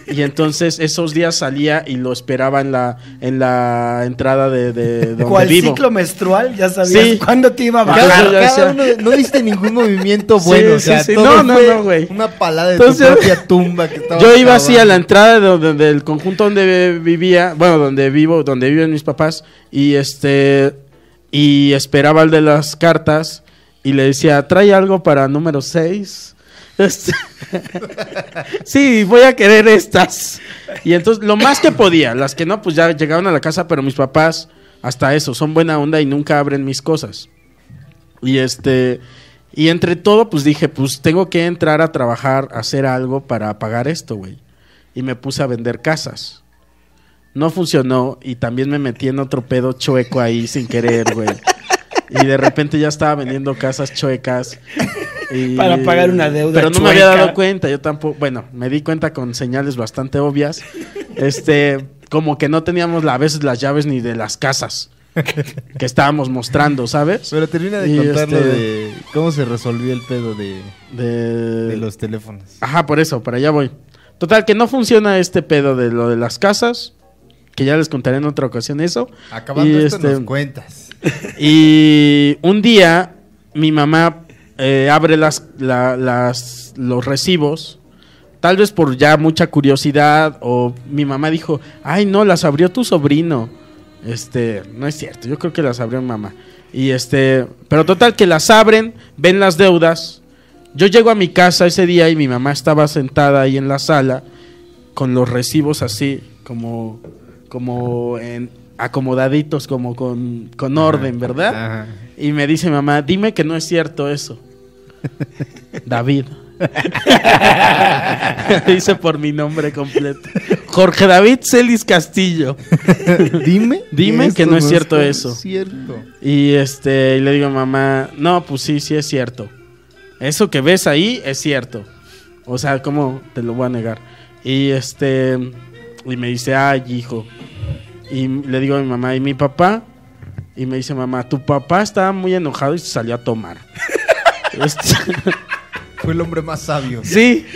Y entonces esos días salía y lo esperaba en la, en la entrada de, de donde
¿Cuál
vivo.
ciclo menstrual? Ya sabías
Sí.
cuándo te iba a
Claro,
Cada,
yo
bajar.
cada
decía-
uno, no diste ningún movimiento
Sí,
bueno. o
sí,
sea,
sí.
todo
No, no,
fue
no, güey.
Una palada de
Entonces-
tu propia tumba que estaba
Yo iba así a la
acabando.
entrada de donde- del conjunto donde vivía, bueno, donde vivo, donde viven mis papás, y este y esperaba al de las cartas y le decía, "Trae algo para número 6." sí, voy a querer estas. Y entonces lo más que podía, las que no pues ya llegaban a la casa, pero mis papás hasta eso son buena onda y nunca abren mis cosas. Y este Y entre todo, pues dije, pues tengo que entrar a trabajar, a hacer algo para pagar esto, güey. Y me puse a vender casas. No funcionó y también me metí en otro pedo chueco ahí sin querer, güey. Y de repente ya estaba vendiendo casas chuecas. y-
Para pagar una deuda
Pero no me había
chueca.
dado cuenta, yo tampoco. Bueno, me di cuenta con señales bastante obvias. Este, como que no teníamos la- a veces las llaves ni de las casas que estábamos mostrando, ¿sabes?
Pero termina
Y
de contarlo
este-
de cómo se resolvió el pedo de, de los teléfonos.
Ajá, por eso, para allá voy. Total, que no funciona este pedo de lo de las casas, que ya les contaré en otra ocasión eso.
Acabando
Y
esto
este-
nos cuentas.
Y un día mi mamá eh, abre las, la- las- los recibos, tal vez por ya mucha curiosidad, o mi mamá dijo, ay no, las abrió tu sobrino. Este, no es cierto, yo creo que las abrió mi mamá. Y este, pero total que las abren, ven las deudas. Yo llego a mi casa ese día y mi mamá estaba sentada ahí en la sala con los recibos así, como, como en- acomodaditos, como con, con orden, ¿verdad?
Ajá.
Y me dice mamá, dime que no es cierto eso. David. dice por mi nombre completo. Jorge David Celis Castillo.
Dime.
Dime que
esto
no es cierto eso.
Cierto.
Y este, y le digo a mamá, no, pues sí, sí es cierto. Eso que ves ahí es cierto. O sea, ¿cómo te lo voy a negar? Y este, y me dice, ay, hijo. Y le digo a mi mamá, ¿y mi papá? Y me dice, mamá, tu papá estaba muy enojado y se salió a tomar. Este-
Fue el hombre más sabio.
Sí.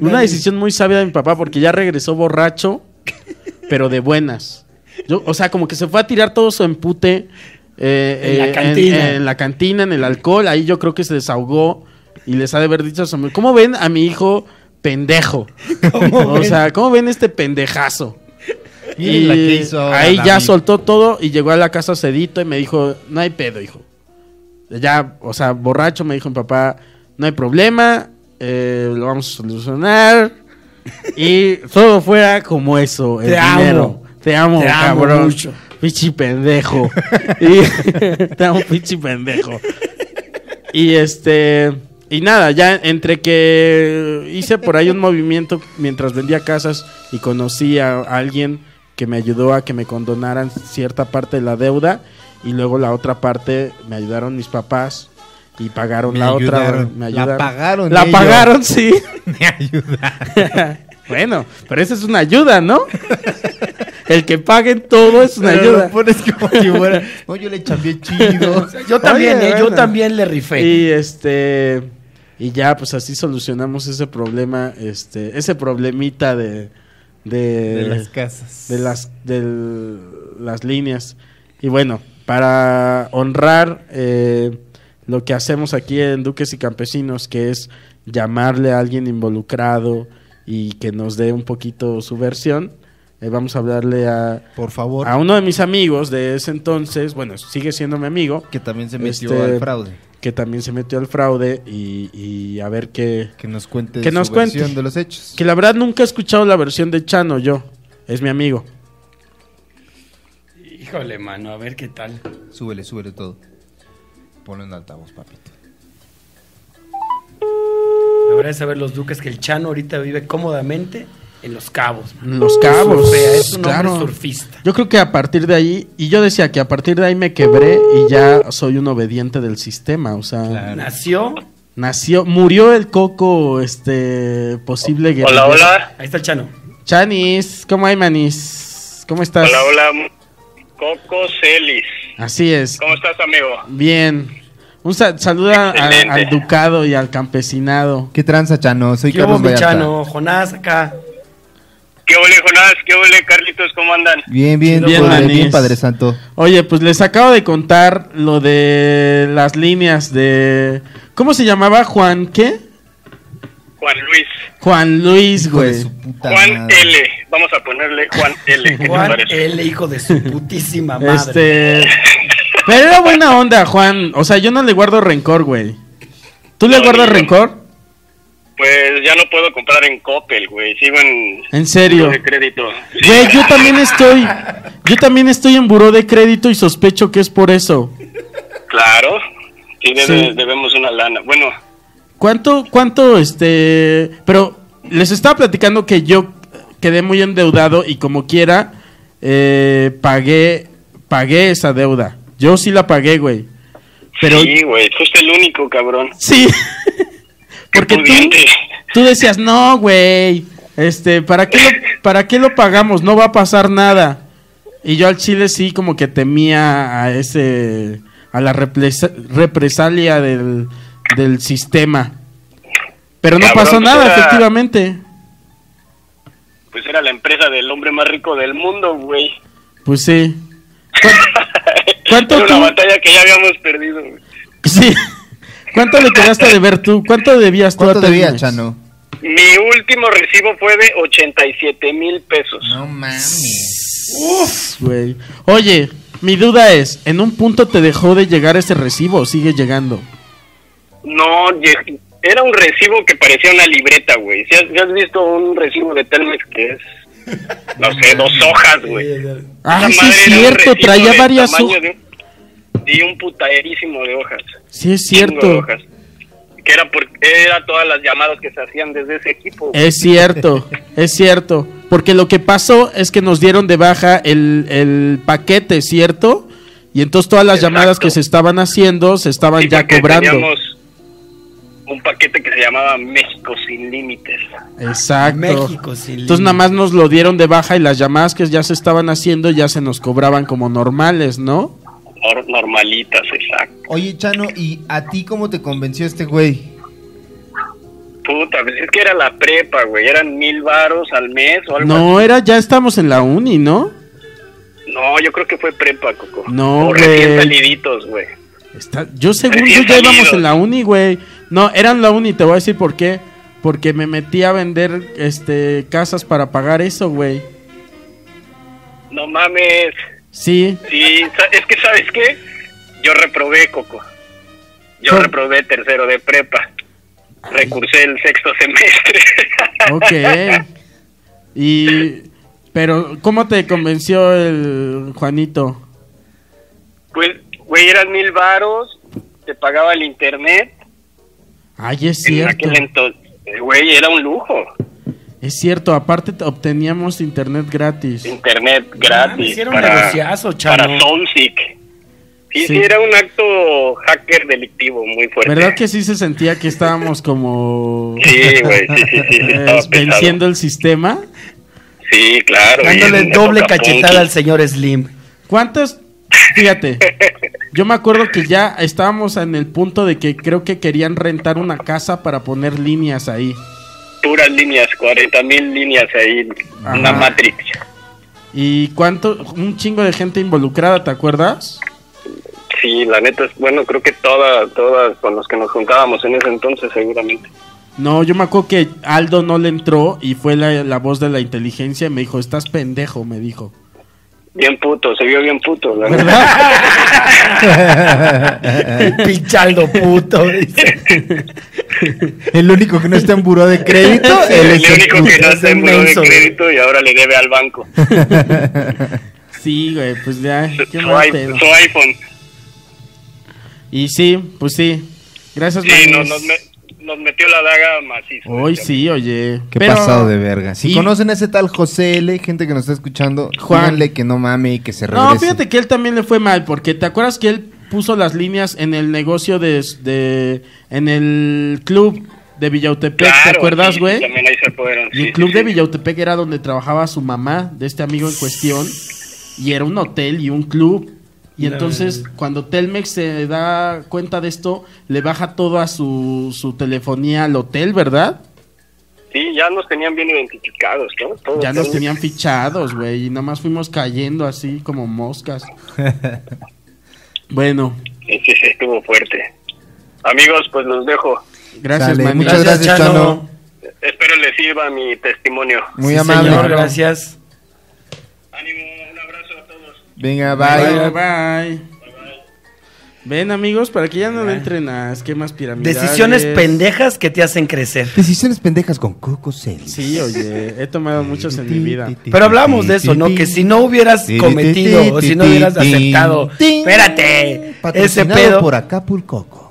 Una decisión muy sabia de mi papá porque ya regresó borracho, pero de buenas. Yo, o sea, como que se fue a tirar todo su empute eh,
En la
eh,
cantina.
En, la cantina, en el alcohol. Ahí yo creo que se desahogó y les ha de haber dicho a su amigo, ¿cómo ven a mi hijo pendejo? o sea, ¿cómo ven este pendejazo?
Miren la que hizo ahora
ahí ya
David.
soltó todo y llegó a la casa cedito y me dijo, no hay pedo, hijo. Ya, o sea, borracho me dijo mi papá, no hay problema, eh, lo vamos a solucionar. y todo fuera como eso, el
Te amo.
dinero. Te amo,
Te amo
cabrón.
mucho.
Pichi pendejo. y, te amo, pichi pendejo. Y este. Y nada, ya entre que hice por ahí un movimiento mientras vendía casas y conocí a alguien que me ayudó a que me condonaran cierta parte de la deuda y luego la otra parte me ayudaron mis papás y pagaron
Me
la otra.
ayudaron.
Me
La
ayudaron.
pagaron
La
ellos.
pagaron, sí.
Me ayuda.
bueno, pero esa es una ayuda, ¿no? El que paguen todo es una
Pero
ayuda.
lo pones como que fuera. No, yo le chambeé chido.
Yo también,
Oye,
eh, yo
bueno.
también le rifé.
Y este y ya pues así solucionamos ese problema, este, ese problemita de
Eh,
de,
De las casas.
de las del- las líneas. Y bueno, para honrar eh, lo que hacemos aquí en Duques y Campesinos, que es llamarle a alguien involucrado y que nos dé un poquito su versión, eh, vamos a hablarle a,
Por favor.
a uno de mis amigos de ese entonces, bueno, sigue siendo mi amigo,
Que también se metió
Este-
al fraude.
que también se metió al fraude y, y a ver qué...
Que nos cuente
Que
su
nos cuente.
versión de los hechos.
Que la verdad nunca he escuchado la versión de Chano yo, es mi amigo.
Híjole, mano, a ver qué tal.
Súbele, súbele todo. Ponlo en altavoz, papito.
Habrá de saber los duques que el Chano ahorita vive cómodamente en Los Cabos. mano.
Los cabos.
Surfea, es un
Claro.
hombre surfista.
Yo creo que a partir de ahí, y yo decía que a partir de ahí me quebré y ya soy un obediente del sistema, o sea,
Nació.
nació, murió el coco, este, posible que...
Hola, hola.
Ahí está el Chano.
Chanis, ¿cómo hay manis? ¿Cómo estás?
Hola, hola. Coco Celis.
Así es.
¿Cómo estás, amigo?
Bien. Un sa- saluda a-
Excelente.
al ducado y al campesinado.
¿Qué tranza, Chano? Soy
¿Qué hubo,
Carlos
mi
Vallarta.
Chano? Jonás acá.
¿Qué huele, Jonás? ¿Qué huele, Carlitos? ¿Cómo andan?
Bien, bien,
Bien,
bien, padre,
manís.
bien, Padre Santo.
Oye, pues les acabo de contar lo de las líneas de... ¿Cómo se llamaba Juan? ¿Qué?
Juan Luis.
Juan Luis,
Hijo de
güey.
su puta
Juan
madre.
L. Vamos a ponerle Juan L. ¿Qué te
Juan,
parece?
el hijo de su putísima madre.
Este... Pero era buena onda, Juan. O sea, yo no le guardo rencor, güey. ¿Tú le
No,
guardas
ni yo.
rencor?
Pues ya no puedo comprar en Coppel, güey. Sigo en.
¿En serio?
buró de crédito. Sí.
Güey, yo también estoy... Yo también estoy en buró de crédito y sospecho que es por eso.
Claro.
Sí, debe-
Sí.
debemos una lana. Bueno,
¿Cuánto, cuánto, este... Pero les estaba platicando que yo quedé muy endeudado y como quiera, eh, pagué, pagué esa deuda. Yo sí la pagué, güey. Pero...
sí, güey, fuiste el único, cabrón.
Sí.
Qué
Porque tú,
pudiente.
tú decías, no, güey. Este, ¿para qué, lo, ¿para qué lo pagamos? No va a pasar nada. Y yo al Chile sí como que temía a ese... A la represa- represalia del, del sistema. Pero no
Cabrón,
pasó
pues
nada,
era-
efectivamente.
Pues era la empresa del hombre más rico del mundo, güey.
Pues sí. ¿Cuán- ¿Cuánto
Era
tú-
una batalla que ya habíamos perdido. güey.
sí. ¿Cuánto le quedaste de ver tú? ¿Cuánto debías tú a
¿Cuánto debía,
Telmex?
Chano?
Mi último recibo fue de 87 mil pesos.
No mames.
Güey. Oye, mi duda es, ¿en un punto te dejó de llegar ese recibo o sigue llegando?
No, ye- era un recibo que parecía una libreta, güey. ¿Sí has, sí has visto un recibo de Telmex que es, no sé, dos hojas, güey?
Ah,
Esa
sí es
madre era un
cierto,
recibo
traía
del
varias
tamaño
hojas.
de un- Y un putaderísimo de hojas.
Sí es
Chingo de
cierto.
hojas. Que era, por, era todas las llamadas que se hacían desde ese equipo.
Es cierto, es cierto. Porque lo que pasó es que nos dieron de baja el, el paquete, ¿cierto? Y entonces todas las
Exacto.
llamadas que se estaban haciendo se estaban
Sí,
ya
porque
cobrando.
Teníamos un paquete que se llamaba México sin límites.
Exacto.
México sin
Entonces nada más nos lo dieron de baja y las llamadas que ya se estaban haciendo ya se nos cobraban como normales, ¿no?
Nor- normalitas, exacto.
Oye, Chano, ¿y a ti cómo te convenció este güey?
Puta, pues es que era la prepa, güey. Eran mil varos al mes o algo
No,
así.
era ya estamos en la uni, ¿no?
No, yo creo que fue prepa, Coco.
No,
O recién
güey.
saliditos, güey.
Está- yo según yo
Recién
ya íbamos
salidos.
en la uni, güey. No, eran la uni, te voy a decir por qué. Porque me metí a vender este casas para pagar eso, güey.
No mames.
Sí,
Sí, sa- es que, ¿sabes qué? Yo reprobé, Coco. Yo
¿Cómo?
reprobé tercero de prepa. Recursé el sexto semestre.
ok. y pero ¿cómo te convenció el Juanito?
Pues, güey, eran mil varos. Te pagaba el internet.
Ay, es
En
cierto.
aquel entonces, güey, era un lujo.
Es cierto, aparte te- obteníamos internet gratis.
internet gratis
mames, era un
para,
negociazo, chavo.
para Sonsic.
Sí.
Sí, sí, era un acto hacker delictivo muy fuerte.
¿Verdad que sí se sentía que estábamos como
Sí, güey, sí, sí, sí,
eh,
estaba
venciendo
pesado.
el sistema?
Sí, claro. y
Dándole
en
doble
época
cachetada al
punky.
señor Slim.
¿Cuántas? Fíjate, yo me acuerdo que ya estábamos en el punto de que creo que querían rentar una casa para poner líneas ahí.
Puras líneas, 40 mil líneas ahí,
Ajá.
una Matrix.
¿Y cuánto? Un chingo de gente involucrada, ¿te acuerdas?
Sí, la neta es, bueno, creo que todas, todas con los que nos juntábamos en ese entonces seguramente.
No, yo me acuerdo que Aldo no le entró y fue la, la voz de la inteligencia y me dijo, estás pendejo, me dijo.
Bien puto, se vio bien puto, la neta.
¿Verdad?
Pichaldo puto. dice.
El único que no está en buró de crédito,
Sí,
él es
el
el
único que
puto.
no está en buró de
inmenso, güey.
crédito y ahora le debe al banco.
Sí, güey, pues ya,
Su,
qué
su
mal
i-
pedo.
su iPhone.
Y sí, pues sí. Gracias,
Sí, no,
Magnus.
nos, me- nos metió la daga macizo.
Hoy sí, oye.
Qué
Pero-
pasado de verga. Si
y-
conocen a ese tal José L, gente que nos está escuchando,
Juan.
díganle que no mame y que se regrese.
No, fíjate que él también le fue mal, porque te acuerdas que él puso las líneas en el negocio de, de- en el club de Villautepec, ¿te
Claro,
acuerdas,
sí,
güey?
También ahí se fueron.
y el club de Villautepec era donde trabajaba su mamá de este amigo en cuestión, y era un hotel y un club. Y entonces, cuando Telmex se da cuenta de esto, le baja toda su, su telefonía al hotel, ¿verdad?
Sí, ya nos tenían bien identificados, ¿no? Todos,
Ya nos
todos.
tenían fichados, güey, y nada más fuimos cayendo así como moscas. Bueno,
Sí, sí, sí, estuvo fuerte. Amigos, pues los dejo.
Gracias,
Sale,
Manu.
muchas
Gracias.
gracias, Chano.
Espero les sirva mi testimonio.
Muy
Sí,
amable.
señor, gracias.
Ánimo, un abrazo a todos.
Venga,
Bye,
bye.
bye. Ven, amigos, para que ya no le entren a esquemas piramidales.
Decisiones pendejas que te hacen crecer.
Decisiones pendejas con Coco Celis.
Sí, oye, he tomado muchas en mi vida.
Pero hablamos de eso, ¿no? Que si no hubieras cometido o si no hubieras aceptado, espérate, ese pedo
por Acapulcoco.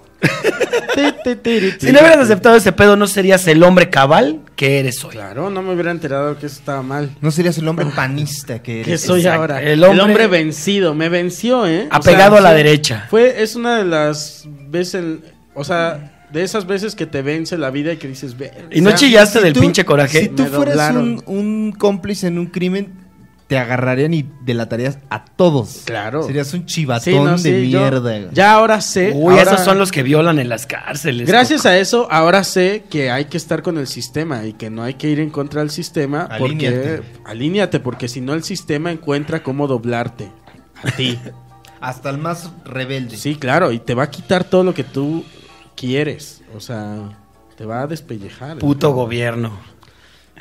Si no hubieras aceptado ese pedo, ¿no serías el hombre cabal que eres hoy?
Claro, no me hubiera enterado que eso estaba mal.
No serías el hombre panista que
¿Qué
eres.
soy
Exacto.
ahora?
El
El
hombre-
hombre, vencido, me venció, ¿eh? O
Apegado
sea,
a la
sí,
derecha.
Fue, es una de las veces, en- o sea, de esas veces que te vence la vida y que dices, "Ve".
Y no
o sea,
chillaste del
tú-
pinche coraje.
Si tú
Me
fueras un,
doblaron.
un cómplice en un crimen, te agarrarían y delatarías a todos.
Claro.
Serías un
Sí,
chivatón
no, sí,
de
yo-
mierda. güey.
ya ahora sé.
Uy,
ahora-
esos son los que violan en las cárceles.
Gracias a eso, ahora sé que hay que estar con el sistema y que no hay que ir en contra del sistema.
Alíñate.
Porque, alíñate, porque si no, el sistema encuentra cómo doblarte a ti.
Hasta el más rebelde.
sí, claro, y te va a quitar todo lo que tú quieres. O sea, te va a despellejar. ¿eh?
Puto gobierno.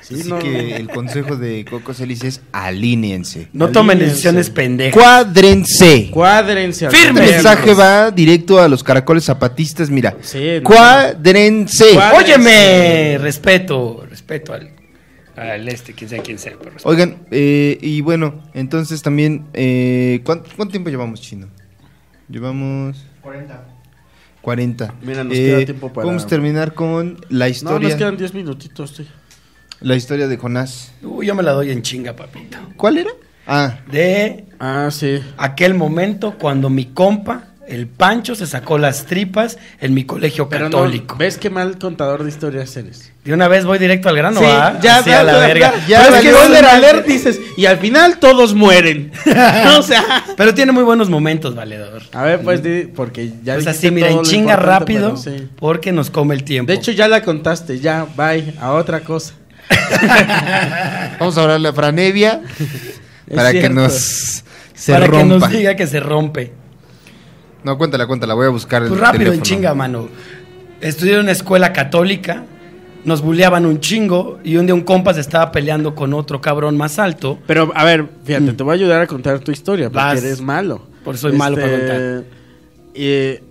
Sí,
Así
no.
que el consejo de Coco Celis es alíniense.
No tomen
Alíñense.
decisiones
Eh.
pendejas.
Cuádrense.
Cuádrense. al
Firme.
gobierno.
Este mensaje va directo a los caracoles zapatistas, mira.
Sí, no.
Cuádrense.
Cuá-
Óyeme, respeto, respeto al, al este, quien sea quien sea.
pues,
pero respeto.
Oigan, eh, y bueno, entonces también, eh, ¿cuán- ¿cuánto, tiempo llevamos, Chino? Llevamos... 40. 40.
Mira, nos queda tiempo para-
Vamos a terminar con la
No, nos
historia,
quedan 10 minutitos. sí.
la historia de Jonás.
Uy, yo me la doy en chinga, papito.
¿Cuál era? Ah,
De
Ah, sí.
aquel momento cuando mi compa, el Pancho, se sacó las tripas en mi colegio
Oh,
Pero no,
católico.
¿Ves qué mal contador de historias eres?
De una vez voy directo al grano,
Sí,
¿va?
ya,
Así
ya,
ah, a la
ya,
verga.
ya, ya,
pero, es
ya,
que
ya,
es
Golden
una-
Alert dices, y al final todos mueren. o sea.
pero tiene muy buenos momentos, valedor.
A ver, pues, di- porque ya.
pues
dijiste
así, mira,
todo
en
lo
chinga
importante,
rápido,
pero sí.
porque nos come el tiempo.
De hecho, ya la contaste, ya, bye, a otra cosa.
vamos a hablarle a Franevia
Es
para que
cierto.
nos se
para que
rompa.
nos diga que se rompe.
No, cuéntala, cuéntala, voy a buscar el
Pues rápido, en
teléfono.
chinga, mano. Estudié en una escuela católica, nos buleaban un chingo y un día un compa se estaba peleando con otro cabrón más alto.
Pero, a ver, fíjate, te voy a ayudar a contar tu historia, porque
Mm. Vas.
eres malo. Este,
Porque soy malo para contar.
eh,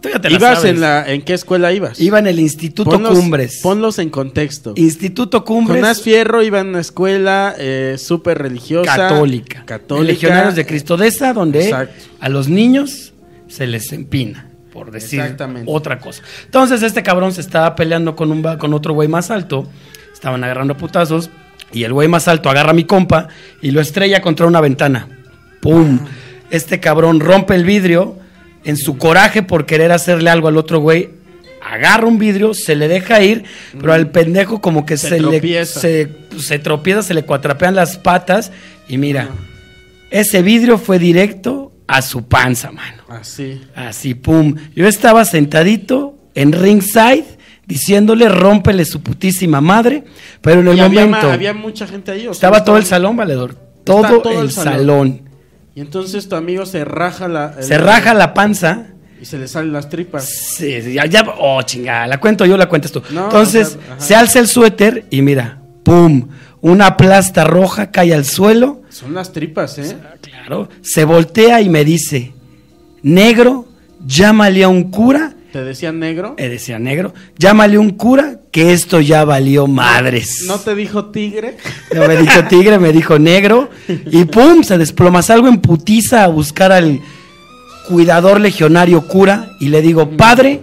Tú ya te la
¿Ibas
sabes.
en, la, en qué escuela ibas?
Iba en el Instituto
Ponlos-
Cumbres.
Ponlos en contexto.
Instituto Cumbres.
Jonás Fierro iba en una escuela eh, súper religiosa.
católica.
Católica.
Legionarios de Cristo de esa, donde
Exacto.
a los niños se les empina, por decir
Exactamente.
otra cosa. Entonces, este cabrón se estaba peleando con, un, va- con otro güey más alto, estaban agarrando putazos, y el güey más alto agarra a mi compa y lo estrella contra una ventana. ¡Pum! Este cabrón rompe el vidrio en su coraje por querer hacerle algo al otro güey. Agarra un vidrio, se le deja ir, pero al pendejo como que se,
Se
le,
tropieza.
se se, se tropieza, se le cuatrapean las patas y mira, ese vidrio fue directo a su panza, mano.
Así.
Así, pum. Yo estaba sentadito en ringside diciéndole, rómpele su putísima madre, pero en el
Y había, ma-
momento
había mucha gente ahí. o sea,
estaba todo el
estaban-
salón, valedor. Todo,
todo
el
el salón.
salón.
Y entonces tu amigo se raja la.
Se
el-
raja la panza.
Y se le salen las tripas.
Sí, sí, ya, ya- oh, chingada, la cuento yo, la cuentas tú.
No,
Entonces,
o sea, ajá.
se alza el suéter y mira, pum, una plasta roja cae al suelo.
Son las tripas, ¿eh?
Claro, se voltea y me dice, negro, llámale a un cura.
Te decían negro.
Eh, decía negro, llámale a un cura que esto ya valió madres.
No te dijo tigre.
No me dijo tigre, me dijo negro. Y pum, se desploma. Salgo en putiza a buscar al cuidador legionario cura y le digo, padre,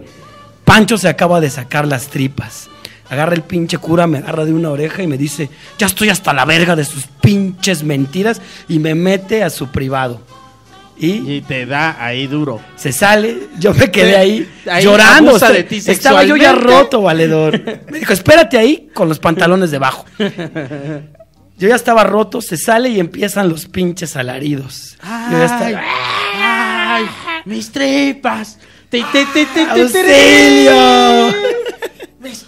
Pancho se acaba de sacar las tripas. Agarra el pinche cura, me agarra de una oreja y me dice, ya estoy hasta la verga de sus pinches mentiras y me mete a su privado. Y
Y te da ahí duro.
se sale, yo me quedé
Sí,
ahí,
ahí
llorando.
abusa
o sea,
de ti
estaba yo ya
sexualmente.
roto, valedor. Me dijo, espérate ahí con los pantalones debajo. Yo ya estaba roto, se sale y empiezan los pinches alaridos. Yo ya estaba,
¡Ay! ¡Mis tripas! ¡Te, te, te, te, te,
¡Auxilio!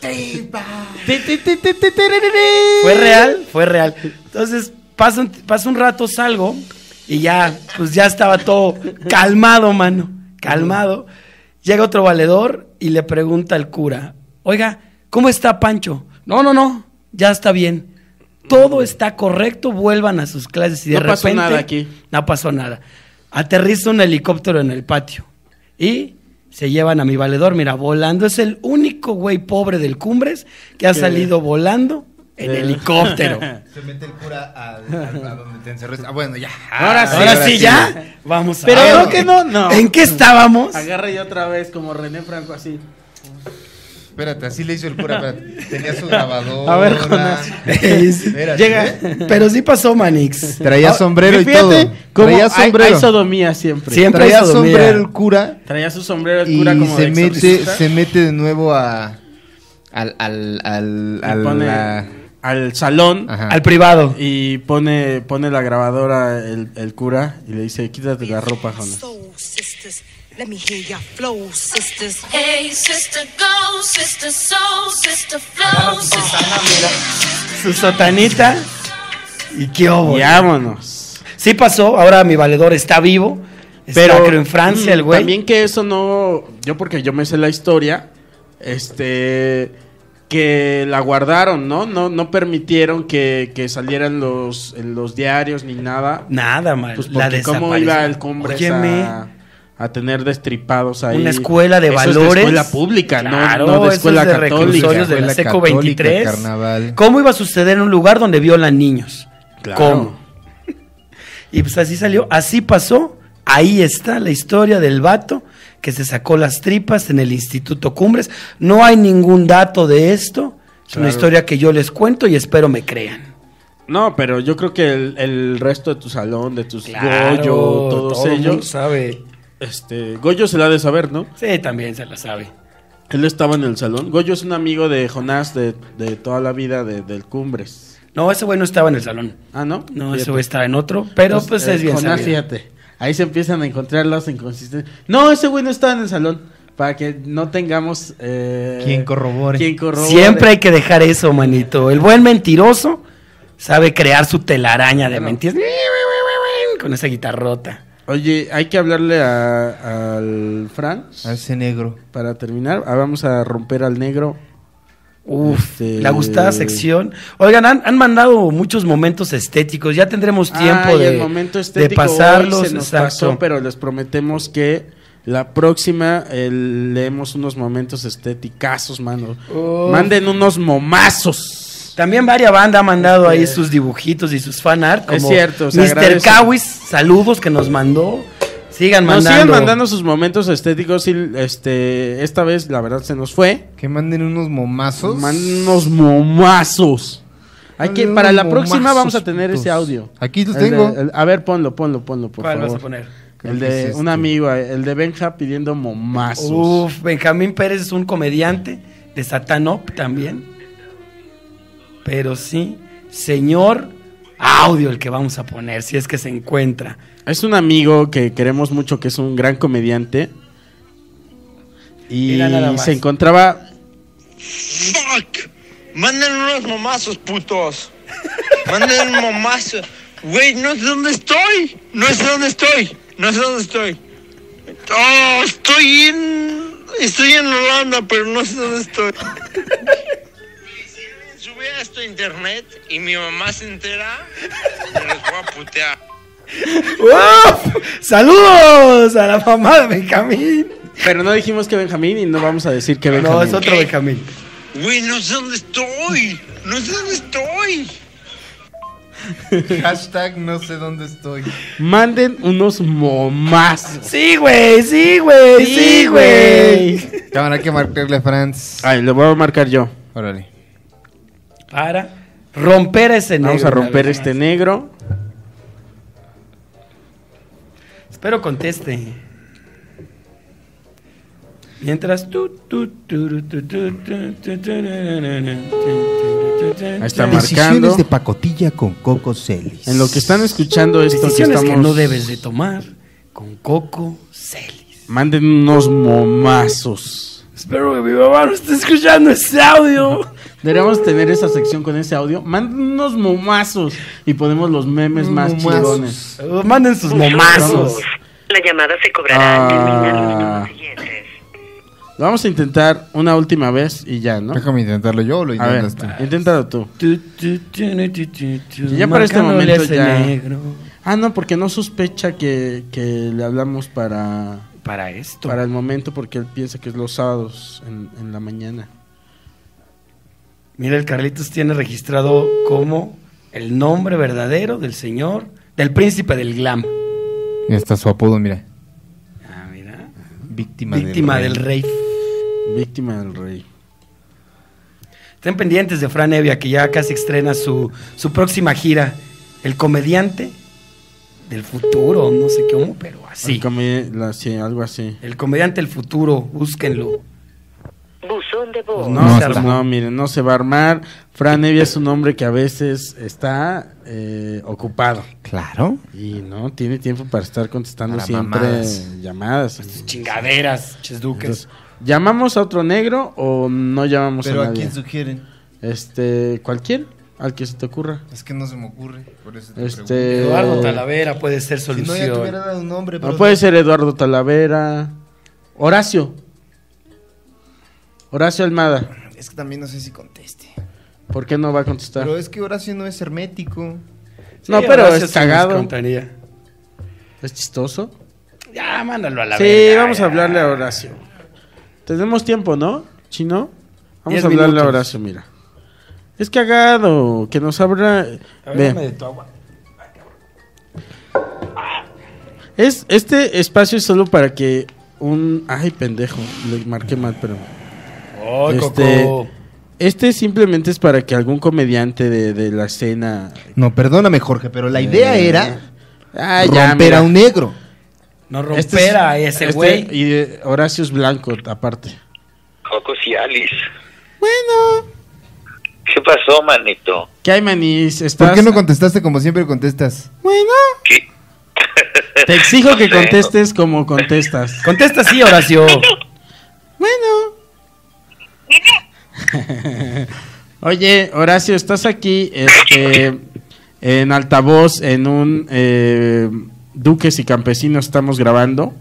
te, te, te, te, te, tererere!
Fue real, fue real. Entonces, pasa un, pasa un rato, salgo y ya, pues ya estaba todo calmado, mano. Calmado. Llega otro valedor y le pregunta al cura: Oiga, ¿cómo está Pancho? No, no, no, ya está bien. Todo está correcto, vuelvan a sus clases. Y de
No pasó
repente,
nada aquí.
No pasó nada. Aterriza un helicóptero en el patio y se llevan a mi valedor, mira, volando. Es el único güey pobre del Cumbres que ha
Que-
salido volando En
Eh.
helicóptero.
Ah,
Se mete el cura al, al- a donde te encerraste. Ah, bueno, ya.
Ahora sí,
Ahora sí, ya. Vamos a
Pero
ver.
creo que no, no.
¿En qué estábamos?
Agarra y otra vez, como René Franco, así.
Espérate, así le hizo el cura. espérate. Tenía su grabador.
A ver, Jonás. Llega.
¿eh?
Ah,
Pero sí pasó, Manix.
Traía sombrero y todo.
Fíjate cómo
Traía
hay- Hay,
sombrero.
sodomía siempre.
Siempre
Traía
eso, mira.
sombrero el cura
Traía su sombrero el
y
cura como
se
de
mete,
exorcista
se mete de nuevo a al al al,
y
al-
pone
la-
al salón
ajá.
Al privado.
y pone, pone la grabadora el, el cura y le dice, quítate la ropa, Jonas.
Soul sisters, let me hear your flow, sisters.
Hey, sister, go, sister, soul, sister, flow, sister.
Su sotanita. ¿Y qué
Y
hubo?
vámonos.
Sí pasó, ahora mi valedor está vivo. Está,
Pero
creo, en Francia, el
mm,
güey.
También que eso no... Yo porque yo me sé la historia, este... Que la guardaron, ¿no? No, no permitieron que, que salieran los, en los diarios ni nada.
Nada, mal.
Pues
la
porque cómo
desapareció.
iba el Cumbres
Óyeme,
a, a tener destripados ahí.
Una escuela de
Eso es
valores.
escuela pública, no-
Claro,
no,
eso
de
es
escuela
de
católica.
reclusorios de la
Escuela
Seco
católica,
23.
carnaval.
¿Cómo iba a suceder en un lugar donde violan niños?
Claro.
¿Cómo? Y pues así salió, así pasó. Ahí está la historia del vato que se sacó las tripas en el Instituto Cumbres. No hay ningún dato de esto. Es una
Claro.
historia que yo les cuento y espero me crean.
No, pero yo creo que el, el resto de tu salón, de tus Goyo, todos
todo el mundo
ellos.
sabe.
Este, Goyo se la ha de saber, ¿no?
Sí, también se la sabe.
Él estaba en el salón. Goyo es un amigo de Jonás de, de toda la vida de- del Cumbres.
No, ese güey no estaba en el salón.
Ah, ¿no?
No,
Fíjate.
ese güey estaba en otro, pero pues,
eh,
es bien
Jonás,
sabido.
fíjate. Ahí se empiezan a encontrar las inconsistencias. No, ese güey no estaba en el salón. Para que no tengamos. Eh,
Quien corrobore.
quien corrobore.
Siempre hay que dejar eso, manito. El buen mentiroso sabe crear su telaraña de
Claro.
mentiras. Con esa guitarrota.
Oye, hay que hablarle a- al Fran.
A ese negro.
Para terminar, Ah, vamos a romper al negro.
Uf,
Este-
la gustada sección. Oigan, han, han mandado muchos momentos estéticos. Ya tendremos tiempo
Ay,
de,
el momento
de
estético
pasarlos.
hoy se nos
exacto.
pasó, pero les prometemos que la próxima eh, leemos unos momentos estéticazos, mano.
Uf.
Manden unos momazos.
También varias banda ha mandado ahí sus dibujitos y sus fan art. Como
Es cierto, se
Mr.
agradece.
Kawis, saludos que nos mandó. Sigan
Nos
mandando.
siguen mandando sus momentos estéticos y este esta vez la verdad se nos fue.
Que manden unos momazos.
Manden unos momazos. Hay que,
Manden
para la
unos
próxima
momazos,
vamos a tener
putos.
ese audio.
Aquí los
El de-
tengo.
el- a ver, ponlo, ponlo, ponlo, por
¿Cuál
favor.
vas a poner?
El
Creo que
de
es
un
este.
amigo, el de Benja pidiendo momazos.
Uf, Benjamín Pérez es un comediante de Satanop también. Pero sí, señor audio el que vamos a poner, si es que se encuentra.
Es un amigo que queremos mucho, que es un gran comediante. Y
Mira nada más.
se encontraba.
Fuck. Manden unos momazos, putos. Manden un momazo. Güey, no sé dónde estoy. No sé dónde estoy. No sé dónde estoy. Oh, estoy en. Estoy en Holanda, pero no sé dónde estoy. Sube esto a internet y mi mamá se entera. Me los voy a putear.
¡Uf! ¡Saludos a la mamá de Benjamín!
Pero no dijimos que Benjamín y no vamos a decir que Benjamín.
No, es otro Benjamín.
Güey, no sé dónde estoy. No sé dónde estoy.
Hashtag no sé dónde estoy.
Manden unos momazos.
Sí, güey, sí, güey, sí, güey.
Cámara, hay que marcarle a Franz.
Ay, lo voy a marcar yo.
Órale.
Para romper ese negro.
Vamos a romper
una vez
este
más.
negro.
Espero conteste. Mientras tú, tú, tú, tú, tú, tú, tú, tú, tú,
Ahí
tú,
está marcando.
Decisiones de pacotilla con Coco Celis.
En lo que están escuchando esto que
Decisiones
estamos.
que no debes de tomar con Coco Celis.
Manden unos momazos.
Espero que mi mamá no esté escuchando ese audio.
Deberíamos tener esa sección con ese audio. Manden unos momazos. Y ponemos los memes más
Momazos.
chingones.
Uh, manden sus momazos.
La llamada se cobrará al terminar los números siguientes.
Lo vamos a intentar una última vez y ya, ¿no?
Déjame intentarlo yo o lo este.
A ver,
intentas tú.
este.
inténtalo tú.
Tu, tu, tu, nu, tu, tu, tu,
Ya para este
marcándole a
momento
ese
ya-
negro.
Ah, no, porque no sospecha que, que le hablamos para,
Para esto.
para el momento porque él piensa que es los sábados en, en la mañana.
Mira, el Carlitos tiene registrado como el nombre verdadero del señor, del príncipe del glam.
Está su apodo, mira.
Ah, mira.
Víctima,
Víctima del rey.
Víctima del rey.
Estén pendientes de Fran Evia, que ya casi estrena su, su próxima gira. El comediante del futuro, no sé qué cómo, pero así.
El come- la- sí, algo así.
El comediante del futuro, búsquenlo.
Buzón de voz.
Pues no,
No
se-
está.
no, miren, no se va a armar. Fran Evia es un hombre que a veces está eh, ocupado.
Claro.
Y no tiene tiempo para estar contestando
Para
siempre
mamadas.
llamadas.
Chingaderas, chesduques.
Entonces, ¿Llamamos a otro negro o no llamamos
Pero
a
a
nadie?
quién sugieren.
Este, cualquier, al que se te ocurra.
Es que no se me ocurre. Por eso te
Este,
Eduardo Talavera puede ser
pregunto. Si no, ya te hubiera
solución.
dado un nombre.
No
bro.
puede ser Eduardo Talavera. Horacio. Horacio Almada.
Es que también no sé si conteste.
¿Por qué no va a contestar?
Pero es que Horacio no es hermético.
no,
Sí,
pero
Horacio
es
se nos
cagado.
contaría.
Es chistoso.
Ya, mándalo a la
sí,
verga,
vamos
ya.
a hablarle a Horacio. Tenemos tiempo, ¿no? Chino. Vamos
Diez
a hablarle a
minutos.
Horacio, mira. Es cagado, que nos abra.
A ver,
Ve.
dame de tu agua.
Es, este espacio es solo para que un. Ay, pendejo. Le marqué mal, pero.
Oh,
Este-
Coco.
Este simplemente es para que algún comediante de, de la escena.
No, perdóname, Jorge, pero la idea
Eh,
era
Ah, ya,
romper
mira.
a un negro.
No
Este
romper a
es-
ese
este-
güey.
y eh, Horacio es blanco, aparte.
Cocos y Alice.
Bueno.
¿Qué pasó, manito?
¿Qué hay, manís? ¿Estás...
¿Por qué no contestaste como siempre contestas?
Bueno.
¿Qué?
Te exijo
No
que
sé.
contestes como contestas.
Contesta sí, Horacio.
Bueno. Oye, Horacio, estás aquí este, en altavoz, en un eh, Duques y Campesinos estamos grabando.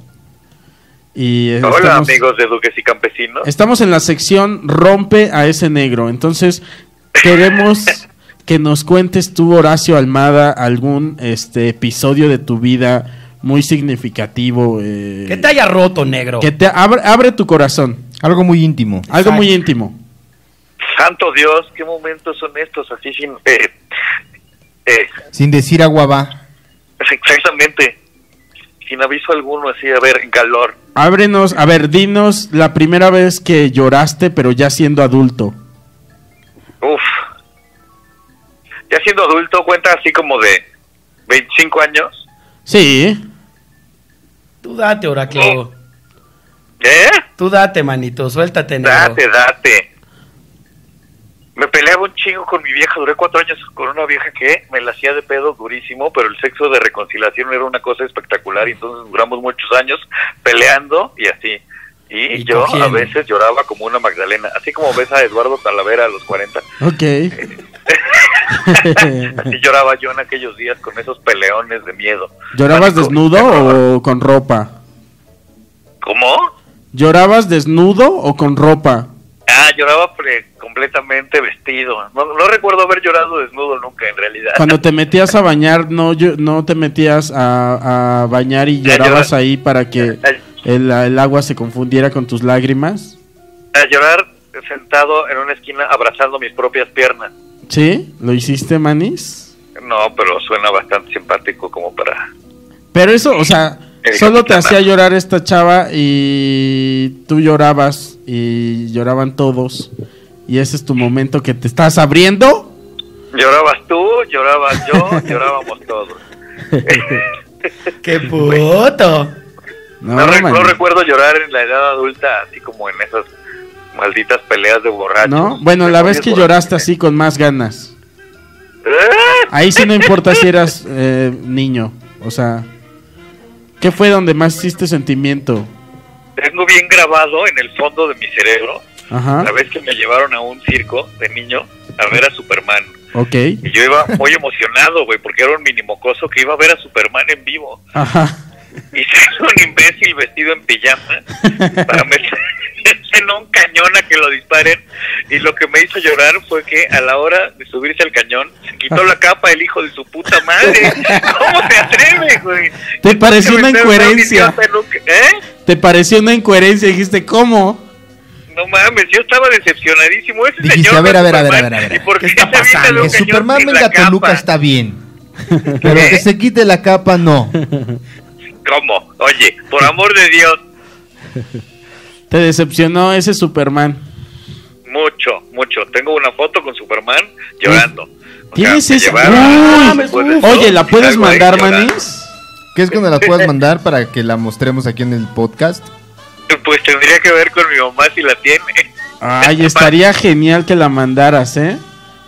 Y eh,
Hola,
estamos,
amigos de Duques y Campesinos.
estamos en la sección Rompe a ese negro. Entonces, queremos que nos cuentes tú, Horacio Almada, algún este episodio de tu vida muy significativo. eh,
Que te haya roto, negro.
que te abre, abre tu corazón.
Algo muy íntimo.
Algo muy íntimo.
Santo Dios, qué momentos son estos, así sin... eh, eh,
Sin decir agua va.
exactamente, sin aviso alguno, así, a ver, calor.
Ábrenos, a ver, dinos la primera vez que lloraste, pero ya siendo adulto.
Uf. Ya siendo adulto, cuenta así como de 25 años.
Sí.
Tú date, Oracleo.
¿Eh?
Tú date, manito. Suéltate, negro.
Date, date. Me peleaba un chingo con mi vieja, duré cuatro años con una vieja que me la hacía de pedo durísimo, pero el sexo de reconciliación era una cosa espectacular y entonces duramos muchos años peleando y así. Y,
Y
yo a
cogiendo.
veces lloraba como una Magdalena, así como ves a Eduardo Talavera a los 40.
Ok.
Así lloraba yo en aquellos días con esos peleones de miedo.
¿Llorabas
Pánico,
desnudo
terror.
o con ropa?
¿Cómo?
¿Llorabas desnudo o con ropa?
Ah, lloraba pre- completamente vestido. No, no recuerdo haber llorado desnudo nunca, en realidad.
Cuando te metías a bañar, no, yo- no te metías a, a bañar y
Ya
llorabas
llora-
ahí para que el, el agua se confundiera con tus lágrimas.
A llorar sentado en una esquina abrazando mis propias piernas.
¿Sí? ¿Lo hiciste, Manis?
No, pero suena bastante simpático como para...
Pero eso, o sea,
Eh,
solo te
capitana.
hacía llorar esta chava y tú llorabas y lloraban todos. Y ese es tu momento que te estás abriendo.
Llorabas tú, llorabas yo, llorábamos todos.
¡Qué puto!
No,
No, recu-
man.
no recuerdo llorar en la edad adulta, así como en esas malditas peleas de borrachos.
¿No? Bueno, la vez que
Borrachos.
lloraste así con más ganas.
¡Ah!
Ahí sí no importa si eras eh, niño. O sea, ¿qué fue donde más hiciste sentimiento?
Tengo bien grabado en el fondo de mi cerebro
Ajá,
la vez que me llevaron a un circo de niño a ver a Superman.
ok.
Y yo iba muy emocionado, güey, porque era un minimocoso que iba a ver a Superman en vivo.
Ajá.
Y salió un imbécil vestido en pijama para meterse en un cañón a que lo disparen. Y lo que me hizo llorar fue que a la hora de subirse al cañón, se quitó la capa el hijo de su puta madre. ¿Cómo te atreves, güey?
Te pareció una
Meterse a un
incoherencia.
idiota en un ca- ¿Eh?
Te pareció una incoherencia. Dijiste, ¿cómo?
No, No mames, yo estaba decepcionadísimo. Ese
Dijiste,
señor
a ver,
no
a ver,
es
a ver, a
Superman.
ver, a ver.
¿Y por
¿Qué
qué,
está
se avienta de
pasando?
un
Que
cañón
Superman
sin la
venga a Toluca
capa?
está bien. Pero
¿Eh?
que se quite la capa, no.
¿Cómo? Oye, por amor de Dios,
Te decepcionó ese Superman.
mucho, mucho. Tengo una foto con Superman llorando. O sea,
¿Tienes
me
esa?
llevaron, Ah,
Uy,
después de todo,
Oye, ¿la
y
puedes
salgo ahí
mandar,
llorando.
Manis?
¿Qué es cuando la puedas mandar para que la mostremos aquí en el podcast?
Pues tendría que ver con mi mamá si la tiene.
Ay, estaría genial que la mandaras, ¿eh?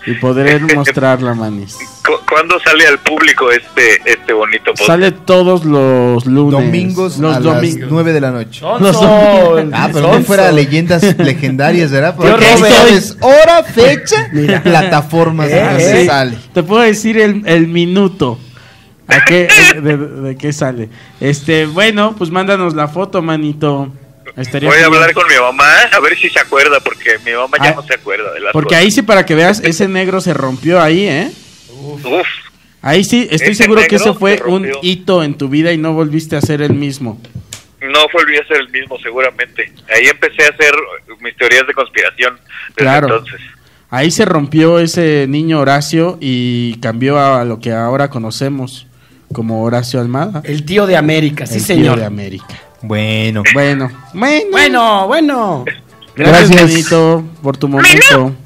Y poder mostrarla, Manis.
¿Cu- ¿Cuándo sale al público este este bonito podcast?
Sale todos los lunes.
Domingos
Los
a las
domingos.
9 de la noche.
Los domingos.
Ah, pero no fuera leyendas legendarias, ¿verdad? Porque
Yo,
ahí
Robert.
sabes hora, fecha, plataformas
Eh,
donde se
eh.
sale.
Te puedo decir el, el minuto. ¿A qué, eh, de, de qué sale? Este, bueno, pues mándanos la foto, manito. Estaría
Voy a
genial.
hablar con mi mamá a ver si se acuerda, porque mi mamá ya
Ah,
no se acuerda de las
Porque ahí sí, para que veas, ese negro se rompió ahí, ¿eh?
cosas. Uf,
Ahí sí, estoy
Ese
seguro que
negro
ese fue
se
un
rompió.
hito en tu vida y no volviste a ser el mismo.
no volví a ser el mismo seguramente. Ahí empecé a hacer mis teorías de conspiración. Desde
Claro.
Entonces.
Ahí se rompió ese niño Horacio y cambió a lo que ahora conocemos como Horacio Almada.
El tío de América, Eh, sí,
el tío
señor.
de América.
Bueno,
Bueno, bueno.
Bueno, bueno.
Gracias,
Gracias.
Benito, por tu momento.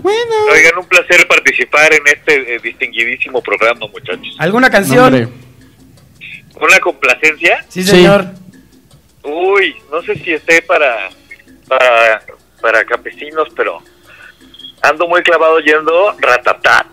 Bueno.
Oigan, un placer participar en este eh, distinguidísimo programa, muchachos.
¿Alguna
No,
canción?
hombre.
¿Una complacencia?
Sí,
Sí.
señor.
Uy, no sé si esté para, para, para campesinos, pero ando muy clavado yendo ratatat.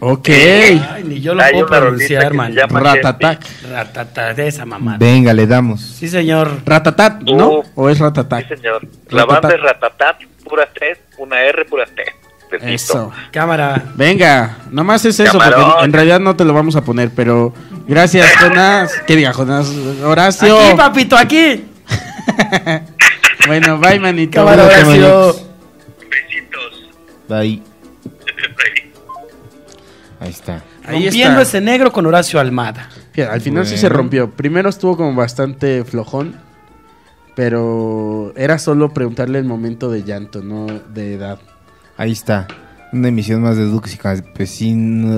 Ok.
Eh,
Ay, ni yo lo
Hay
puedo
una rolita
pronunciar,
que
man.
se llama
Ratatac.
Ratata de esa mamada.
venga, le damos.
Sí, señor.
Ratatat, ¿no?
Oh.
¿O es
Sí,
ratatac?
señor. La
Ratatat.
banda es ratatat, puras tres, una R, puras tres. Besito.
Eso.
Cámara.
Venga, nomás es eso,
Camarón.
porque en realidad no te lo vamos a poner, pero gracias, Jonás. Que diga, Jonás, Horacio.
Aquí, papito, aquí.
bueno, bye, manito.
Cámara,
Hola,
Horacio.
Besitos.
Ahí, ahí está.
Ahí
Rompiendo
está.
ese negro con Horacio Almada.
Fíjate, Al final sí
Bueno.
se rompió. Primero estuvo como bastante flojón, pero era solo preguntarle el momento de llanto, no de edad.
Ahí está. Una emisión más de Dux y Campesino.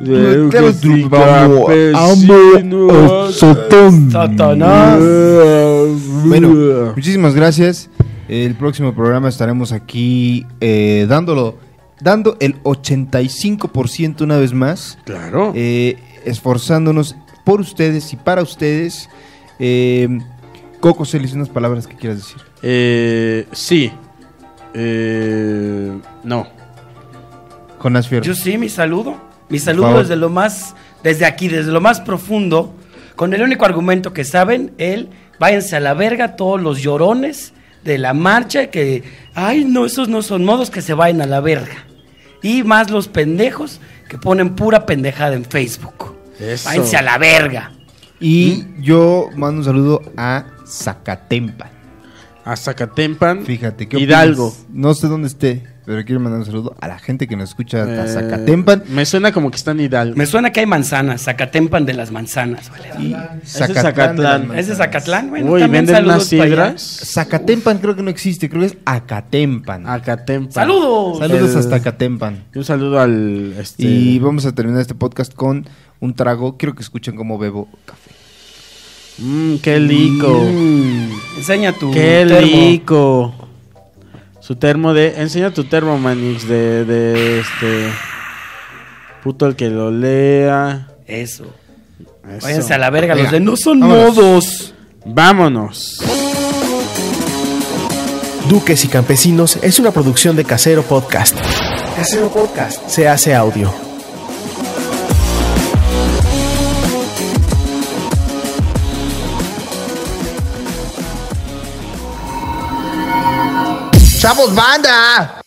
Duques y Campesinos.
Amo a Sotón.
Oh, Satanás.
Bueno, muchísimas gracias. El próximo programa estaremos aquí eh, dándolo, dando el 85% una vez más.
Claro.
eh, esforzándonos por ustedes y para ustedes. Eh, Coco Celis, unas palabras que quieras decir.
Eh, sí. Eh, no.
Jonás Fierro.
Yo sí, mi saludo. Mi
favor.
saludo desde lo más, desde aquí, desde lo más profundo, con el único argumento que saben, el váyanse a la verga todos los llorones de la marcha, que, ay, no, esos no son modos que se vayan a la verga. Y más los pendejos que ponen pura pendejada en Facebook.
Eso.
Váyanse a la verga.
Y yo mando un saludo a Zacatempa.
A Zacatempan.
Fíjate, ¿qué opinas?
Hidalgo.
No sé dónde esté, pero quiero mandar un saludo a la gente que nos escucha hasta
Eh,
Zacatempan.
Me suena como que está en Hidalgo.
Me suena que hay manzanas, Zacatempan de las manzanas. vale.
Y
Ese es
Zacatlán de las
Zacatlán.
Manzanas.
¿Es de Zacatlán? Bueno,
Uy,
también
venden unas
saludos para allá.
sidras.
Zacatempan creo que no existe, creo que es Acatempan.
Acatempan.
¡Saludos!
Saludos
Ah, el-
hasta Zacatempan.
Y Eh, Un saludo al. Este,
Y vamos a terminar este podcast con un trago. Quiero que escuchen cómo bebo café.
Mm, qué lico.
Mm,
Enseña tu
Mm. Qué
termo.
lico. Su termo de. Enseña tu termo, Manix. De, de este. Puto el que lo lea.
Eso.
Eso.
Váyanse a la verga,
Venga,
los de no son
vámonos.
modos.
Vámonos.
Duques y Campesinos es una producción de Casero Podcast. Casero Podcast se hace audio.
¡Chavos, banda!